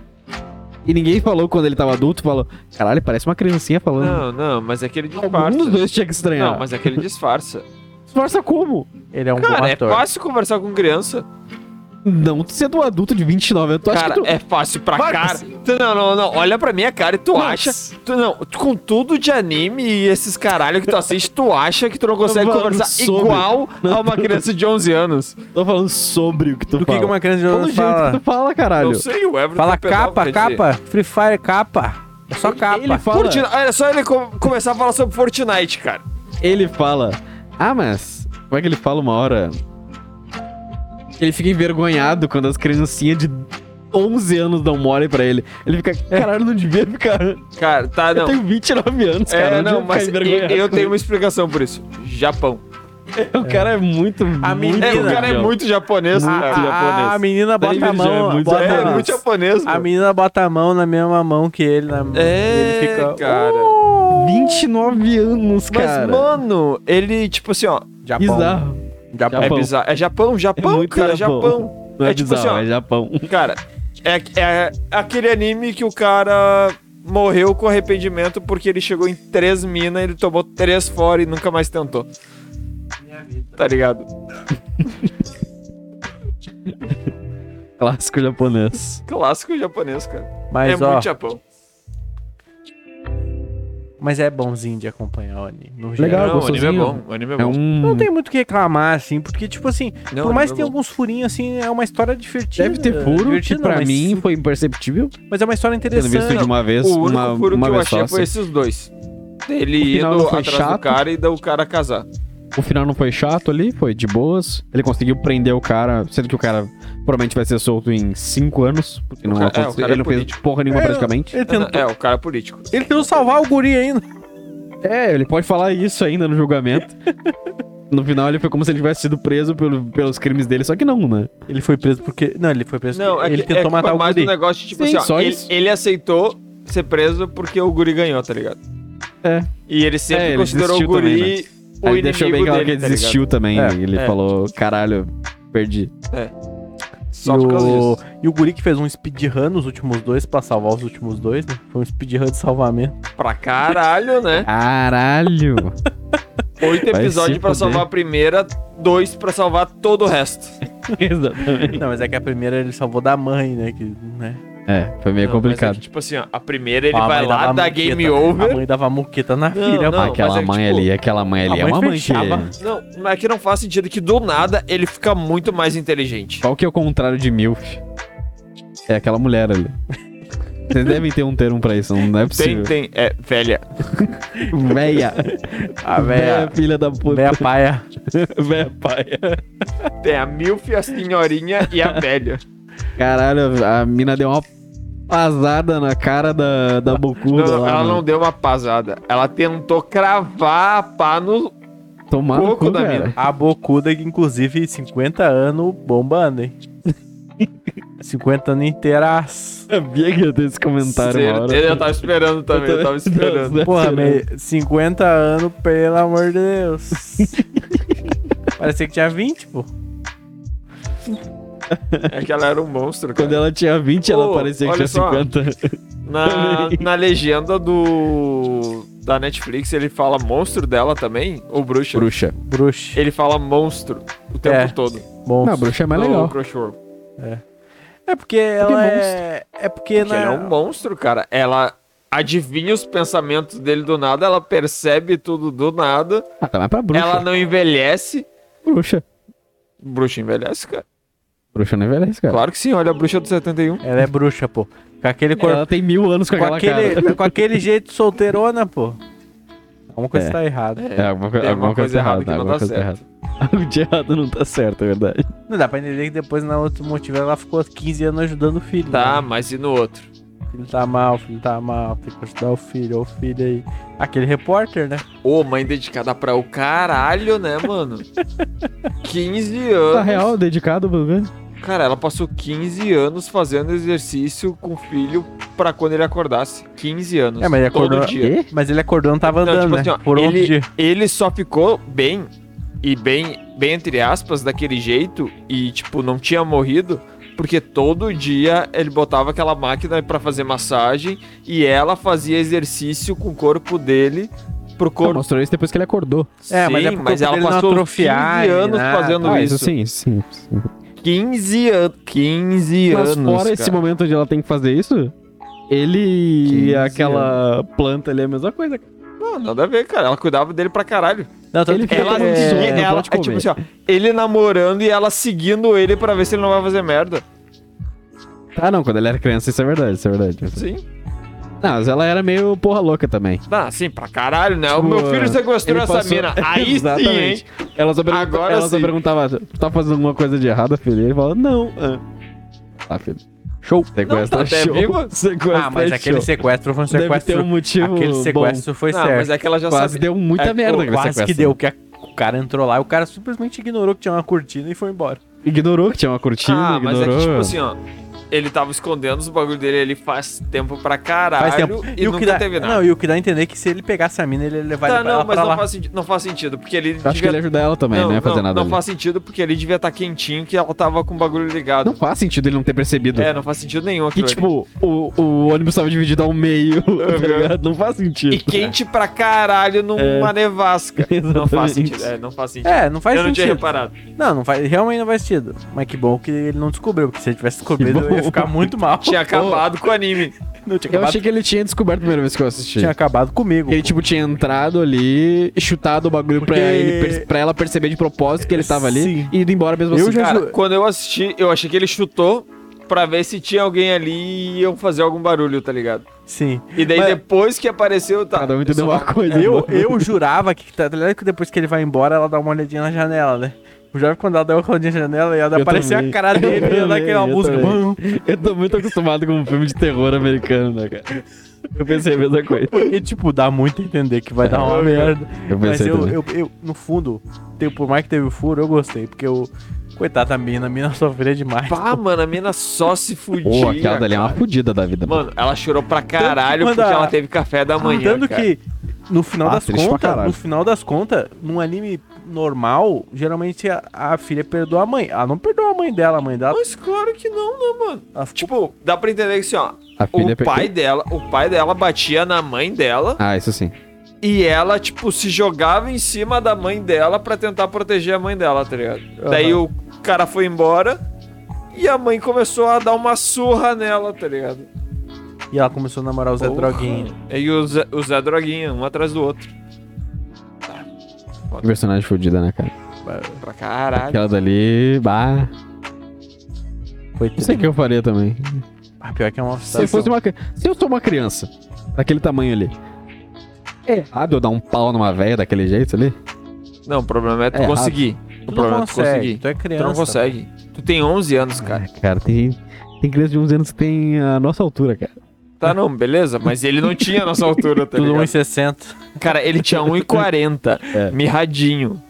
S1: E ninguém falou quando ele tava adulto, falou, caralho, parece uma criancinha falando.
S3: Não, não, mas é que ele
S1: Algum dos
S3: disfarça.
S1: dois né? tinha que estranhar.
S3: Não, mas é que ele disfarça.
S1: Disfarça como?
S2: Ele é um bom
S3: Cara, é
S2: ator.
S3: fácil conversar com criança.
S1: Não, tu sendo um adulto de 29 anos, tu acha
S3: cara,
S1: que tu...
S3: é fácil pra cara.
S1: Marcos.
S3: Tu, não, não, não. Olha pra minha cara e tu
S1: Não.
S3: acha. Tu, não, tu- com tudo de anime e esses caralho que tu assiste, tu acha que tu não consegue
S1: falando
S3: conversar
S1: sobre.
S3: igual a uma criança de 11 anos.
S1: Tô falando sobre o que tu
S2: Do que,
S1: fala.
S2: que uma criança
S1: Fala
S2: de
S1: do jeito que
S2: fala?
S1: tu fala, caralho.
S3: Não sei, o Everton.
S2: Fala
S3: pedófilo,
S2: capa,
S3: quer dizer.
S2: capa. Free Fire capa. É só capa.
S1: Ele fala...
S3: Fortnite, era só ele com- começar a falar sobre Fortnite, cara.
S1: ele fala. Ah, mas. Como é que ele fala uma hora? Ele fica envergonhado quando as criancinhas de 11 anos dão mole pra ele. Ele fica, caralho, não devia ficar.
S3: Cara, tá,
S1: Eu
S3: não.
S1: tenho 29 anos, cara.
S3: É,
S1: devia
S3: não,
S1: ficar
S3: mas eu,
S1: envergonhado com
S3: eu tenho
S1: isso."
S3: uma explicação por isso. Japão.
S1: O cara é muito.
S2: A
S1: muito
S2: menina-
S3: É, o cara é
S1: idiota.
S3: muito japonês,
S1: Muito
S3: cara.
S2: ah,
S1: ah,
S2: A, a
S1: Daí
S2: menina bota a
S1: ele já
S2: mão.
S1: é muito-
S2: bota-
S3: É, é muito japonês,
S2: a
S3: mano.
S2: menina bota a mão na mesma mão que ele. Na,
S3: É,
S2: ele fica, Uh,
S3: cara.
S1: 29 anos,
S3: Mas,
S1: cara. É
S3: mano, ele, tipo assim, ó.
S2: "Oh, Japão.
S1: Bizarro.
S2: Japão.
S3: É
S1: Japão.
S3: bizarro. É Japão, Japão,
S1: É muito
S3: cara,
S1: Japão.
S3: Japão.
S1: Não é,
S3: É tipo assim,
S1: bizarro,
S3: ó.
S1: é Japão.
S3: Cara, é, é aquele anime que o cara morreu com arrependimento porque ele chegou em três minas, ele tomou três fora e nunca mais tentou. Tá ligado?
S1: Clássico japonês.
S3: Clássico japonês, cara.
S2: Mas,
S3: é
S2: ó,
S3: muito Japão.
S2: mas é bonzinho de acompanhar o anime. no
S1: Legal,
S2: geral.
S3: Não, o anime é
S1: gostosinho.
S3: bom. O anime é
S1: É
S3: bom.
S1: um.
S2: Não tem muito o que reclamar, assim, porque, tipo assim,
S3: Não,
S2: por
S3: o
S2: mais
S3: anime
S2: que tenha
S3: é bom.
S2: alguns furinhos, assim, é uma história divertida.
S1: Deve
S3: né?
S1: ter furo, que
S2: divertida,
S1: pra
S2: não, mas-
S1: mim foi imperceptível.
S2: Mas é uma história
S1: Tendo visto
S2: interessante.
S1: de uma vez,
S3: O único
S1: uma,
S3: furo
S1: uma
S3: que eu
S1: vez
S3: achei
S1: só.
S3: foi esses dois. Ele
S1: O final não
S3: indo
S1: foi
S3: atrás
S1: chato?
S3: do cara e dar o cara casar.
S1: assim, O final não foi chato ali, foi de boas. Ele conseguiu prender o cara, sendo que o cara provavelmente vai ser solto em 5 anos. Porque não
S3: O cara- é, o
S1: aconteceu.
S3: cara é
S1: ele não fez
S3: político.
S1: porra nenhuma praticamente.
S2: Ele tentou,
S3: É, o cara é político.
S2: ele tentou salvar o guri ainda.
S1: É, ele pode falar isso ainda no
S3: (laughs)
S1: julgamento. no final ele foi como se ele tivesse sido preso pelo- pelos crimes dele, só que não, né?
S2: Ele foi preso porque... Não, ele foi preso
S3: Não,
S2: porque
S3: é
S2: ele
S3: que,
S2: tentou
S3: é que
S2: matar
S3: foi
S2: o
S3: mais
S2: guri.
S3: um negócio de, tipo
S1: Sim,
S3: assim,
S1: só
S3: ó, ele,
S1: isso.
S3: ele aceitou ser preso porque o guri ganhou, tá ligado?
S1: É.
S3: E ele sempre
S1: É, ele
S3: considerou o
S1: desistiu
S3: guri
S1: também, né?
S3: o
S1: Aí
S3: inimigo
S1: deixou bem claro
S3: dele,
S1: que ele
S3: tá ligado?
S1: desistiu também.
S2: É,
S1: ele
S3: é.
S1: falou, caralho, perdi.
S3: Só
S2: e,
S3: por causa
S2: o...
S3: disso.
S2: e o guri que fez um speedrun nos últimos dois, pra salvar os últimos dois, né? Foi um speedrun de salvamento.
S3: Pra caralho,
S1: (laughs)
S3: né? (laughs)
S1: Caralho!
S3: Oito
S1: Vai
S3: episódios
S1: se
S3: pra
S1: fuder.
S3: salvar a primeira, dois pra salvar todo o
S1: É
S3: resto.
S1: Exatamente.
S2: Não, mas é que a primeira ele salvou da mãe, né? Que, né?
S1: É, foi meio
S3: Não, mas é
S1: complicado.
S3: que, tipo assim, ó, a primeira ele
S2: A
S3: vai
S2: mãe
S3: lá,
S2: dava
S3: dá
S2: muqueta. né?
S3: game
S2: A
S3: over.
S2: mãe dava muqueta na
S3: Não,
S2: filha.
S3: não.
S1: aquela
S3: mas é que,
S1: mãe
S3: tipo,
S1: ali, aquela mãe ali
S2: a
S1: é
S2: mãe
S1: uma mãe que...
S2: fechava.
S3: Não, mas é que não faz sentido que do nada ele fica muito mais inteligente.
S1: Qual que é o contrário de MILF? É aquela mulher ali. Vocês devem ter um termo pra isso, não é
S3: Tem,
S1: possível.
S3: tem. É, velha.
S1: Véia.
S2: A
S1: Véia,
S2: véia...
S1: filha da puta.
S2: Véia paia.
S1: Véia paia.
S3: Tem a Milf, a senhorinha e a velha.
S1: Caralho, a mina deu uma pasada na cara da, da
S3: Não,
S1: bocuda
S3: não,
S1: lá,
S3: ela
S1: mano.
S3: não deu uma pasada. Ela tentou cravar a pá no
S1: Tomar no
S3: Coco
S1: cu,
S3: da
S1: cara.
S3: mina.
S2: A Bocuda, que inclusive 50 anos bombando, hein? 50 anos inteiras.
S1: Sabia que ia ter esse comentário uma Tá hora. né?
S3: certeiro. Eu tava esperando
S1: (laughs)
S3: também, eu tava esperando.
S2: Porra, me... 50 anos, pelo amor de Deus. Parecia que tinha 20, pô.
S3: É que ela era um monstro,
S1: Quando
S3: cara.
S1: ela tinha 20, ela
S3: Pô,
S1: parecia que
S3: olha
S1: tinha
S3: só.
S1: 50.
S3: Na, na legenda do. da Netflix, ele fala monstro dela também, ou bruxa.
S1: Bruxa.
S2: Bruxa.
S3: Ele fala monstro o tempo
S2: É,
S3: todo.
S2: Bom.
S1: Não, bruxa é mais
S3: no
S1: legal.
S3: Crunchyroll. Porque
S2: É porque ela é. É porque
S3: Ele é
S2: na.
S3: um monstro, cara. Ela adivinha os pensamentos dele do nada, ela percebe tudo do nada,
S1: Ah, tá mais pra bruxa.
S3: ela não envelhece.
S1: Bruxa.
S3: Bruxa envelhece, cara.
S1: Bruxa não envelhece, cara.
S3: Claro que sim, olha a bruxa do 71.
S2: Ela é bruxa, pô. Com aquele corpo.
S1: Ela tem mil anos É, com,
S2: Com
S1: aquela cara.
S2: aquele, com aquele jeito solteirona, pô. Alguma coisa
S1: É.
S2: tá errada.
S1: É, alguma, co-
S3: Tem
S1: alguma coisa, errada,
S3: que não tá
S1: alguma
S3: dá
S1: coisa
S3: certo.
S1: errada. (laughs) Algo de errado não tá certo, é verdade.
S2: Não dá pra entender que depois, na outro motivo, ela ficou 15 anos ajudando o filho. né?
S3: Tá, mas e no outro?
S2: filho tá mal, filho tá mal, tem que ajudar o filho, ó o filho aí. Aquele repórter, né?
S3: Ô, mãe dedicada pra o caralho, né, mano? 15
S1: Tá
S3: anos.
S1: real, dedicado, Bruno.
S3: Cara, ela passou 15 anos fazendo exercício com o filho pra quando ele acordasse. 15 anos.
S2: É, mas ele acordou-
S3: Todo dia.
S2: Mas ele acordou e não tava
S3: Não,
S2: andando,
S3: tipo
S2: né?
S3: assim, ó,
S2: Por outro
S3: ele-
S2: dia.
S3: Ele só ficou bem, e bem, bem entre aspas, daquele jeito, e tipo, não tinha morrido, porque todo dia ele botava aquela máquina pra fazer massagem e ela fazia exercício com o corpo dele pro
S1: Pô,
S3: corpo.
S1: mostrou isso depois que ele acordou.
S2: É, mas é pro corpo
S3: ela
S2: dele não
S3: passou
S2: atrofiar,
S3: 15 anos
S2: nem nada.
S3: fazendo
S1: Ah,
S3: isso.
S1: isso sim, sim. sim.
S3: 15 anos. 15
S1: Mas
S3: anos.
S1: fora esse
S3: cara.
S1: momento onde ela tem que fazer isso, ele e
S3: 15
S1: aquela planta ali é a mesma coisa. cara.
S3: Não, nada a ver, cara. Ela cuidava dele pra caralho.
S2: Não, tanto
S1: ele
S2: que
S1: fica
S3: Ela,
S1: com
S2: ele-
S1: sono,
S3: é,
S1: não
S3: ela-
S1: pode
S3: é tipo
S1: comer.
S3: assim, ó, ele namorando e ela seguindo ele pra ver se ele não vai fazer merda.
S1: Ah, não, quando ele era criança, isso é verdade, isso é verdade.
S3: Sim.
S1: Não, mas ela era meio porra louca também.
S3: Ah, sim, pra caralho, né? o
S1: Tipo,
S3: meu filho sequestrou
S1: ele
S3: essa
S1: passou- (laughs)
S3: mina. Aí sim, hein?
S1: Exatamente. Ela só, pergunta,
S3: Agora
S1: ela só
S3: sim.
S1: perguntava, tá fazendo alguma coisa de errado, filho? E ele falou, não. Ah. Tá, filho. Show. Sequestra
S3: tá até
S1: show.
S3: viva.
S1: (laughs) Sequestra
S2: Ah, mas
S1: show.
S2: aquele sequestro foi um
S1: Deve
S2: sequestro.
S1: ter um motivo
S2: Aquele
S1: bom.
S2: sequestro foi
S3: Não,
S2: certo.
S3: mas é que ela já
S1: Quase
S3: sabe.
S1: deu muita
S3: É,
S1: merda
S3: pô,
S1: aquele
S2: Quase
S1: sequestro.
S2: que deu, que a- o cara entrou lá e o cara simplesmente ignorou que tinha uma cortina e foi embora.
S1: Ignorou que tinha uma cortina,
S3: ah, mas
S1: um ignorou.
S3: é que, tipo assim, ó. Ele tava escondendo os bagulho dele ali faz tempo pra caralho
S2: Faz tempo.
S3: e,
S2: o
S3: nunca
S2: que dá,
S3: teve nada.
S2: Não, e o que dá a entender é que se ele pegasse a mina, ele ia levar
S3: tá,
S2: ele pra-
S3: não,
S2: ela
S3: mas
S2: pra
S3: não
S2: lá.
S3: faz, senti- não faz sentido, porque ele
S1: Eu acho que ele é ia ajudar ela também, não ia fazer nada.
S3: Não
S1: ali.
S3: faz sentido porque ele devia estar quentinho que ela tava com o bagulho ligado.
S1: Não faz sentido ele não ter percebido.
S3: É, não faz sentido nenhum
S1: que,
S3: aquilo ali.
S1: tipo, o, o ônibus tava dividido ao meio, (laughs) tá ligado? Não faz sentido.
S3: E quente pra caralho
S1: (laughs)
S3: numa nevasca. Não faz
S1: É. Exatamente.
S3: sentido. É, não faz sentido.
S2: É, não faz
S3: Eu não tinha
S2: sentido.
S3: reparado.
S2: Não, não faz, realmente não faz sentido. Mas que bom que ele não descobriu, porque se ele tivesse descobrido,
S1: Que
S2: eu ia
S1: bom.
S2: ficar muito mal.
S3: Tinha acabado com o anime.
S2: Não, tinha
S1: Eu
S2: acabado,
S1: achei que ele tinha descoberto a primeira vez que eu assisti.
S2: tinha acabado comigo.
S1: Ele, tipo, tinha entrado ali, chutado o bagulho pra,
S2: Porque-
S1: ele per- pra ela perceber de propósito que ele tava ali
S2: Sim.
S1: e ido embora mesmo
S2: Eu
S1: assim.
S2: já
S1: Cara,
S3: Cara, quando eu assisti, eu achei que ele chutou pra ver se tinha alguém ali e iam fazer algum barulho, tá ligado?
S1: tipo,
S2: Sim.
S3: E daí
S2: Mas-
S3: depois que apareceu, tá.
S1: cada um entendeu
S3: eu só-
S1: uma coisa. né?
S2: Eu,
S1: mano.
S2: É, eu jurava que. Tá tá ligado que depois que ele vai embora, ela dá uma olhadinha na janela, né? Eu jurava que quando ela dá uma olhadinha na janela, ia
S1: Eu
S2: aparecer a
S1: também.
S2: cara dele
S1: Eu
S2: e ia dar
S1: também,
S2: aquela
S1: eu
S2: música.
S1: também.
S2: "Bum".
S1: Eu tô muito acostumado com um filme de terror americano, né, cara? Eu pensei a mesma coisa.
S2: E, tipo, dá muito a entender que vai dar uma
S1: É.
S2: merda.
S1: Eu
S2: Mas
S1: pensei
S2: eu,
S1: também.
S2: eu, eu, no fundo, tem- por mais que teve o furo, eu gostei, porque eu. Coitada da mina, a mina (laughs) sofria demais.
S3: Pá, mano, a mina só se fudia.
S1: Pô, aquela dali é uma
S3: cara.
S1: fudida da vida, mano.
S3: Mano, ela chorou pra caralho
S2: quando
S3: porque
S2: a-
S3: ela teve café da manhã.
S2: Tanto
S3: cara.
S2: que, no final
S1: Ah,
S2: das
S1: triste pra
S2: contas,
S1: caralho.
S2: no final das contas, num anime normal, geralmente a, a filha perdoa a mãe. Ela não perdoa a mãe dela, a mãe dela.
S3: Mas claro que não, né, mano?
S2: ela ficou-
S3: Tipo, dá pra entender que assim, ó.
S1: A filha
S2: é
S3: O
S1: pe-
S3: pai dela, o pai dela batia na mãe dela
S1: Ah, isso sim.
S3: e ela, tipo, se jogava em cima da mãe dela pra tentar proteger a mãe dela, tá ligado? Daí o cara foi embora e a mãe começou a dar uma surra nela, tá ligado?
S2: E ela começou a namorar o Zé
S3: Porra.
S2: Droguinha.
S3: E o Zé, o Zé Droguinha, um atrás do outro.
S1: Que personagem fudida, né, cara?
S3: Pra caralho.
S1: Aquela dali, bah. Não sei
S2: Foi
S1: o
S2: triste.
S1: que eu faria também.
S2: Ah, pior que é uma
S1: Se eu fosse uma cri- Se eu sou uma criança, daquele tamanho ali. É errado eu dar um pau numa velha daquele jeito ali?
S3: Não, o problema é tu
S1: É errado.
S3: conseguir.
S2: ah, Tu
S3: O
S2: não
S3: problema é tu
S2: consegue,
S3: conseguir.
S2: tu é criança.
S3: Tu não consegue. Tu tem 11 anos, cara.
S1: Ah, cara, tem, tem criança de 11 anos que tem a nossa altura, cara.
S3: Tá, não, beleza. Mas ele não tinha a nossa altura, tá
S2: (laughs) Tudo
S3: ligado?
S2: 1,60.
S3: Cara,
S1: (laughs)
S3: ele tinha 1,40.
S1: É.
S3: Mirradinho.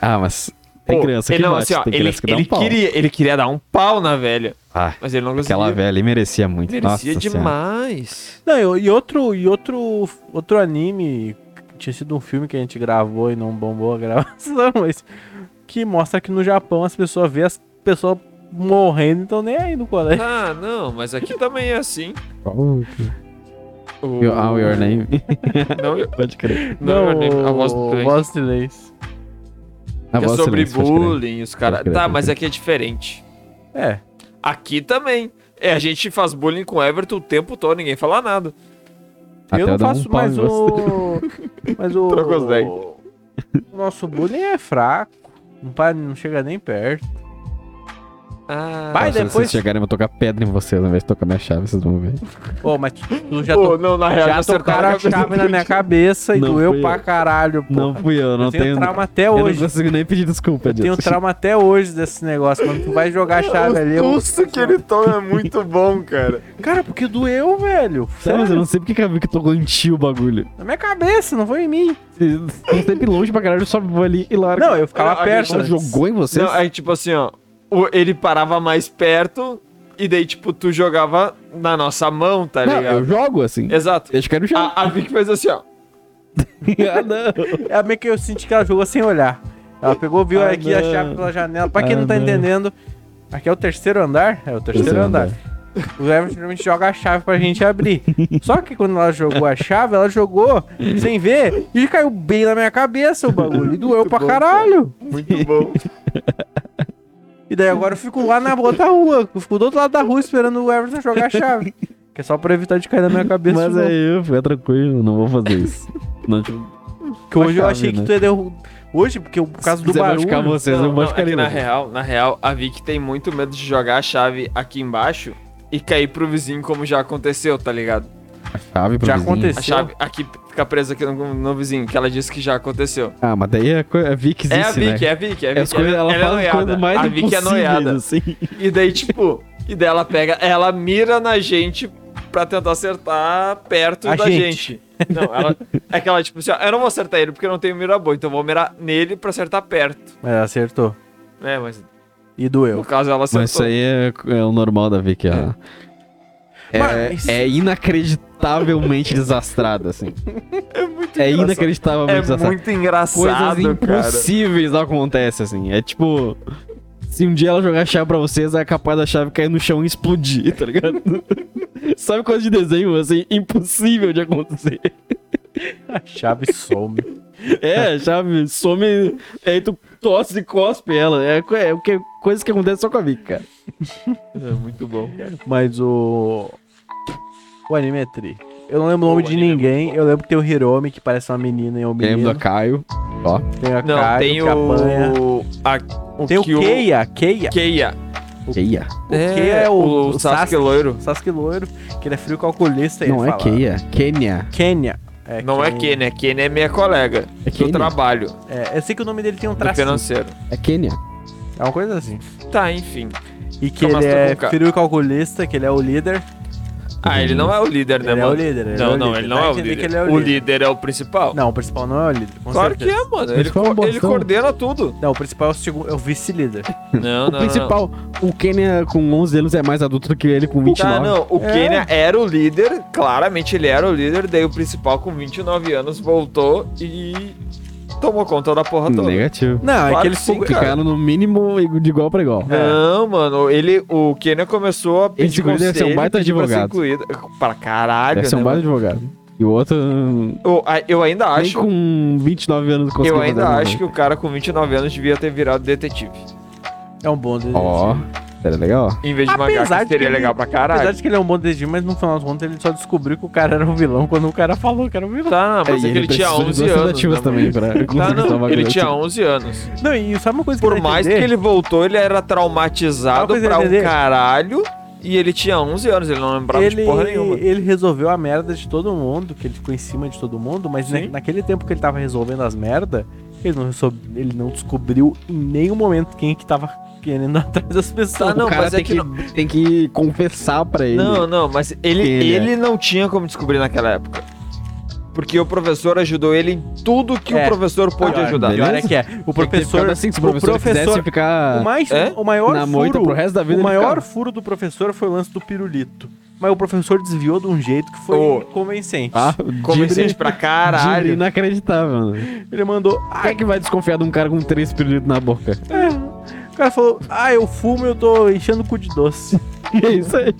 S1: Ah, mas tem
S3: Pô,
S1: criança que
S3: ele, não,
S1: bate,
S3: assim, ó,
S1: tem
S3: ele,
S1: criança que dá
S3: ele
S1: um pau.
S3: queria, ele queria dar um pau na velha,
S1: Ah,
S3: mas ele não conseguia.
S1: aquela velha ali merecia muito.
S3: Ele
S1: Nossa
S3: merecia
S1: Senhora.
S3: demais.
S2: Não, e- e outro, e outro, outro anime, que tinha sido um filme que a gente gravou e não bombou a gravação, (laughs) mas que mostra que no Japão as pessoas vê as pessoas morrendo e estão nem aí no colégio.
S3: Ah, não, mas aqui também é assim.
S1: Oh,
S3: O...
S1: Your, ah, your name.
S3: Não, eu-
S1: (laughs) Pode crer.
S3: não, Your Name, a voz do trem.
S2: Voz do Silêncio.
S1: A
S3: Que é
S1: voz do
S3: sobre
S1: silêncio, pode crer.
S3: bullying, os caras.
S1: Pode crer,
S3: Tá,
S1: pode
S3: mas
S1: crer.
S3: aqui é diferente.
S2: É.
S3: Aqui também. É, a gente faz bullying com o Everton o tempo todo, ninguém fala nada.
S1: Até
S2: eu não
S1: dar um
S2: faço
S1: pau
S2: mais
S1: em você. (laughs)
S2: o. (laughs) Mas o.
S3: Trocou os dez.
S2: o nosso bullying é fraco. Não, pa- não chega nem perto.
S3: Ah,
S2: Vai,
S1: Se
S2: depois-
S1: vocês chegarem, eu vou tocar pedra em vocês, ao invés de tocar minha chave, vocês vão ver.
S2: Pô, mas tu já,
S3: Pô,
S2: to...
S3: não, na real,
S2: já
S3: acertaram
S2: tocaram a
S3: cabeça
S2: chave
S3: do
S2: na minha cabeça e
S1: Não
S2: doeu
S1: fui
S2: pra
S1: eu.
S2: caralho, pô.
S1: Não fui eu, não
S2: eu tenho,
S1: tenho.
S2: trauma até
S1: eu
S2: hoje.
S1: não consigo nem pedir desculpa
S2: Eu
S1: disso.
S2: tenho trauma até hoje desse negócio. Quando tu vai jogar a chave ali, eu...
S3: susto que ele toma é muito bom, cara.
S2: Cara, porque doeu, velho.
S1: Sério, mas eu não sei porque que eu vi que tocou em ti o bagulho.
S2: Na minha cabeça, não foi em mim.
S1: Tô sempre longe pra caralho, eu só vou ali e larga.
S2: Não, eu ficava
S3: a
S2: perto. né?
S3: gente
S1: Ela
S2: antes.
S1: jogou em vocês?
S3: Não, é tipo assim, ó. o- Ele parava mais perto e daí, tipo, tu jogava na nossa mão, tá
S1: Não,
S3: ligado?
S1: eu jogo assim.
S3: Exato.
S1: Deixa que no chão.
S3: A, a Vic fez assim, ó.
S1: (laughs) Ah, não.
S2: É meio que eu senti que ela jogou sem olhar. Ela pegou, viu
S1: Ah,
S2: aqui a
S1: não.
S2: chave pela janela. Pra quem
S1: Ah,
S2: não tá
S1: não.
S2: entendendo, aqui é o terceiro andar. É o terceiro,
S1: Terceiro
S2: andar.
S1: andar.
S2: O Everton geralmente joga a chave pra gente abrir. Só que quando ela jogou a chave, ela jogou sem ver e caiu bem na minha cabeça o bagulho. E doeu pra
S3: bom,
S2: caralho.
S3: Muito bom.
S2: E daí agora eu fico lá na outra rua. Eu fico do outro lado da rua esperando o Everton jogar a chave. Que é só pra evitar de cair na minha cabeça.
S1: Mas é
S2: de novo.
S1: aí eu, fica tranquilo, não vou fazer isso. Não, tipo,
S2: que hoje eu
S1: chave,
S2: achei que
S1: né?
S2: tu ia derrubar. Hoje, porque eu- por causa
S1: se
S2: do
S1: quiser
S2: barulho.
S1: machucar (laughs) vocês,
S3: Não,
S1: eu vou
S3: não, é
S1: ficar
S3: que
S1: ali.
S3: na
S1: né?
S3: real, na real, a Vic tem muito medo de jogar a chave aqui embaixo e cair pro vizinho, como já aconteceu, tá ligado?
S1: A chave pro
S2: Já
S1: vizinho.
S2: aconteceu.
S3: A chave aqui fica presa aqui no, no vizinho, que ela disse que já aconteceu.
S1: Ah, mas daí é, co- é Vic
S3: É
S1: existe,
S3: a Vic,
S1: né?
S3: é a Vic, é a
S1: É as
S3: Vic.
S1: coisas, ela fala as coisas mais
S3: a Vic é
S1: impossíveis,
S3: noiada.
S1: assim.
S3: E daí, tipo, e daí ela pega, ela mira na gente pra tentar acertar perto
S2: A
S3: da
S2: gente.
S3: gente. Não, ela. É que ela, tipo assim, ó, eu não vou acertar ele porque eu não tenho mira boa, então eu vou mirar nele pra acertar perto.
S2: Mas ela acertou.
S3: É, mas
S2: E doeu.
S3: no caso ela acertou.
S1: Mas isso aí é, é o normal da Vicky. Ela... É,
S2: Mas-
S1: é inacreditavelmente desastrada, assim.
S3: É muito
S1: É
S3: engraçado.
S1: inacreditavelmente
S3: É
S1: desastrada.
S3: muito engraçado,
S1: Coisas
S3: cara.
S1: impossíveis acontecem, assim. É tipo. Se um dia ela jogar a chave pra vocês, é capaz da chave cair no chão e explodir, tá ligado? (laughs) Sabe coisa de desenho, assim, impossível de acontecer.
S2: A chave some.
S1: É, a chave some, aí tu tosse e cospe ela. É, co- é o que, coisas que acontecem só com a Vicky, cara.
S3: É muito bom, cara.
S2: Mas o. O anime é tri. Eu não lembro o nome
S3: O
S2: de
S3: anime é muito
S2: ninguém. Eu lembro que tem o Hiromi, que parece uma menina e é um menino.
S1: Lembra da Caio? Ó.
S2: Tem a
S3: Não,
S2: Kaio,
S3: tem
S2: que apanha.
S3: o. a- o
S2: Tem o
S3: Kyo-
S2: Keia. Keia.
S3: Keia.
S1: Keia.
S2: O Keia é o,
S3: o Sasuke loiro.
S2: Sasuke loiro, que ele é frio calculista. ele
S1: Não é
S2: fala.
S1: Keia. Kenya.
S2: Kenya.
S3: Não é Kenia, Kenia é minha colega
S1: É
S3: do
S1: Kenia?
S3: trabalho,
S2: É, eu sei que o nome dele tem um
S3: do
S2: tracinho.
S3: financeiro.
S1: É Kenya.
S2: É uma coisa assim.
S3: Tá, enfim.
S2: E que
S3: Começa
S2: ele é
S3: com K.
S2: frio calculista, que ele é o líder.
S3: Ah, ele não é o líder, né,
S2: Ele é
S3: mano?
S2: o líder, ele é
S3: não,
S2: o
S3: não,
S2: líder.
S3: ele não
S2: Dá a
S3: é o
S2: entender
S3: líder.
S2: que ele é o
S3: o
S2: líder.
S3: líder é o principal.
S2: Não, o principal não é o líder. com
S3: claro
S2: certeza.
S3: que é, mano.
S1: Ele
S3: Ele,
S1: fala um
S3: co- ele
S1: bostão.
S3: coordena tudo.
S2: Não, o principal é o, segundo, é o vice-líder.
S3: Não,
S1: o principal, o Kenya com 11 anos é mais adulto do que ele com 29.
S3: Ah, não, o
S2: É.
S3: Kenia era o líder, claramente ele era o líder, daí o principal com 29 anos voltou e tomou conta da porra toda.
S1: Negativo.
S2: Não, é
S3: Claro
S2: que ele
S3: que sim,
S2: ficou.
S3: cara.
S1: Ficaram no mínimo de igual pra igual.
S3: Não, mano, ele, o Kenia começou a pedir
S1: Esse guri deve ser um
S3: conselho,
S1: baita
S3: pedir pra ser
S1: advogado.
S3: incluído. Pra caralho,
S1: Deve ser um
S3: né,
S1: baita
S3: mano?
S1: advogado. E o outro, hum,
S3: eu, a- eu ainda
S1: nem
S3: acho
S1: com 29 anos conseguiu
S3: Eu
S1: fazer
S3: ainda
S1: nada.
S3: acho que o cara com 29 anos devia ter virado detetive.
S2: É um bom detetive.
S1: Ó, era legal.
S3: Em vez de
S2: Apesar
S3: mangá, que
S2: de
S3: seria
S2: que ele-
S3: legal pra
S2: Apesar
S3: caralho.
S2: de que ele é um bom detetive, mas no final das contas ele só descobriu que o cara era um vilão quando o cara falou que era um vilão.
S3: Tá,
S1: É,
S3: mas
S1: e
S3: é, que ele tinha
S1: precisou de
S3: 11
S1: duas
S3: anos.
S1: tentativas
S3: né,
S1: também
S3: mano?
S1: pra
S3: Tá,
S1: conseguir
S3: não,
S1: salvar
S3: ele
S1: aquilo.
S3: tinha 11 anos.
S2: Não, e sabe uma coisa que
S3: Por
S2: dá a
S3: mais que
S2: entender?
S3: ele voltou, ele era
S2: Uma
S3: traumatizado
S2: coisa
S3: pra
S2: a
S3: um
S2: entender.
S3: caralho. E ele tinha 11 anos, ele não lembrava
S2: ele,
S3: de porra nenhuma.
S2: ele resolveu a merda de todo mundo, que ele ficou em cima de todo mundo, mas na-
S3: Sim.
S2: naquele tempo que ele tava resolvendo as merda, ele não, resolve- ele não descobriu em nenhum momento quem que tava querendo (laughs) atrás das pessoas.
S3: Tá, não,
S1: o cara
S3: mas é
S1: tem,
S3: que
S1: que, tem que confessar pra ele.
S3: Não, não, mas ele,
S1: Ele é.
S3: ele não tinha como descobrir naquela época. Porque o professor ajudou ele em tudo que
S2: É.
S3: o professor pôde
S2: Pior-
S3: ajudar.
S1: beleza.
S2: Pior é que é. O
S1: Tem que ter ficado
S2: professor.
S1: assim, se o
S2: o
S1: professor,
S2: professor-
S1: quisesse ficar
S2: O, mais,
S3: É?
S2: o maior
S1: na moita
S2: furo.
S1: pro resto da vida,
S2: o
S1: Tá ele
S2: maior
S1: ficava.
S2: furo do professor foi o lance do pirulito. Mas o professor desviou de um jeito que foi
S3: Ô.
S2: convincente.
S1: Ah,
S3: Como
S1: dibre-
S3: incente pra
S1: dibre
S3: caralho.
S1: inacreditável, né?
S2: Ele mandou. "Ah, é."
S1: Quem é que vai desconfiar de um cara com três pirulitos na boca? (laughs)
S2: O cara falou: Ah, eu fumo e eu tô enchendo o cu de doce.
S1: É isso aí.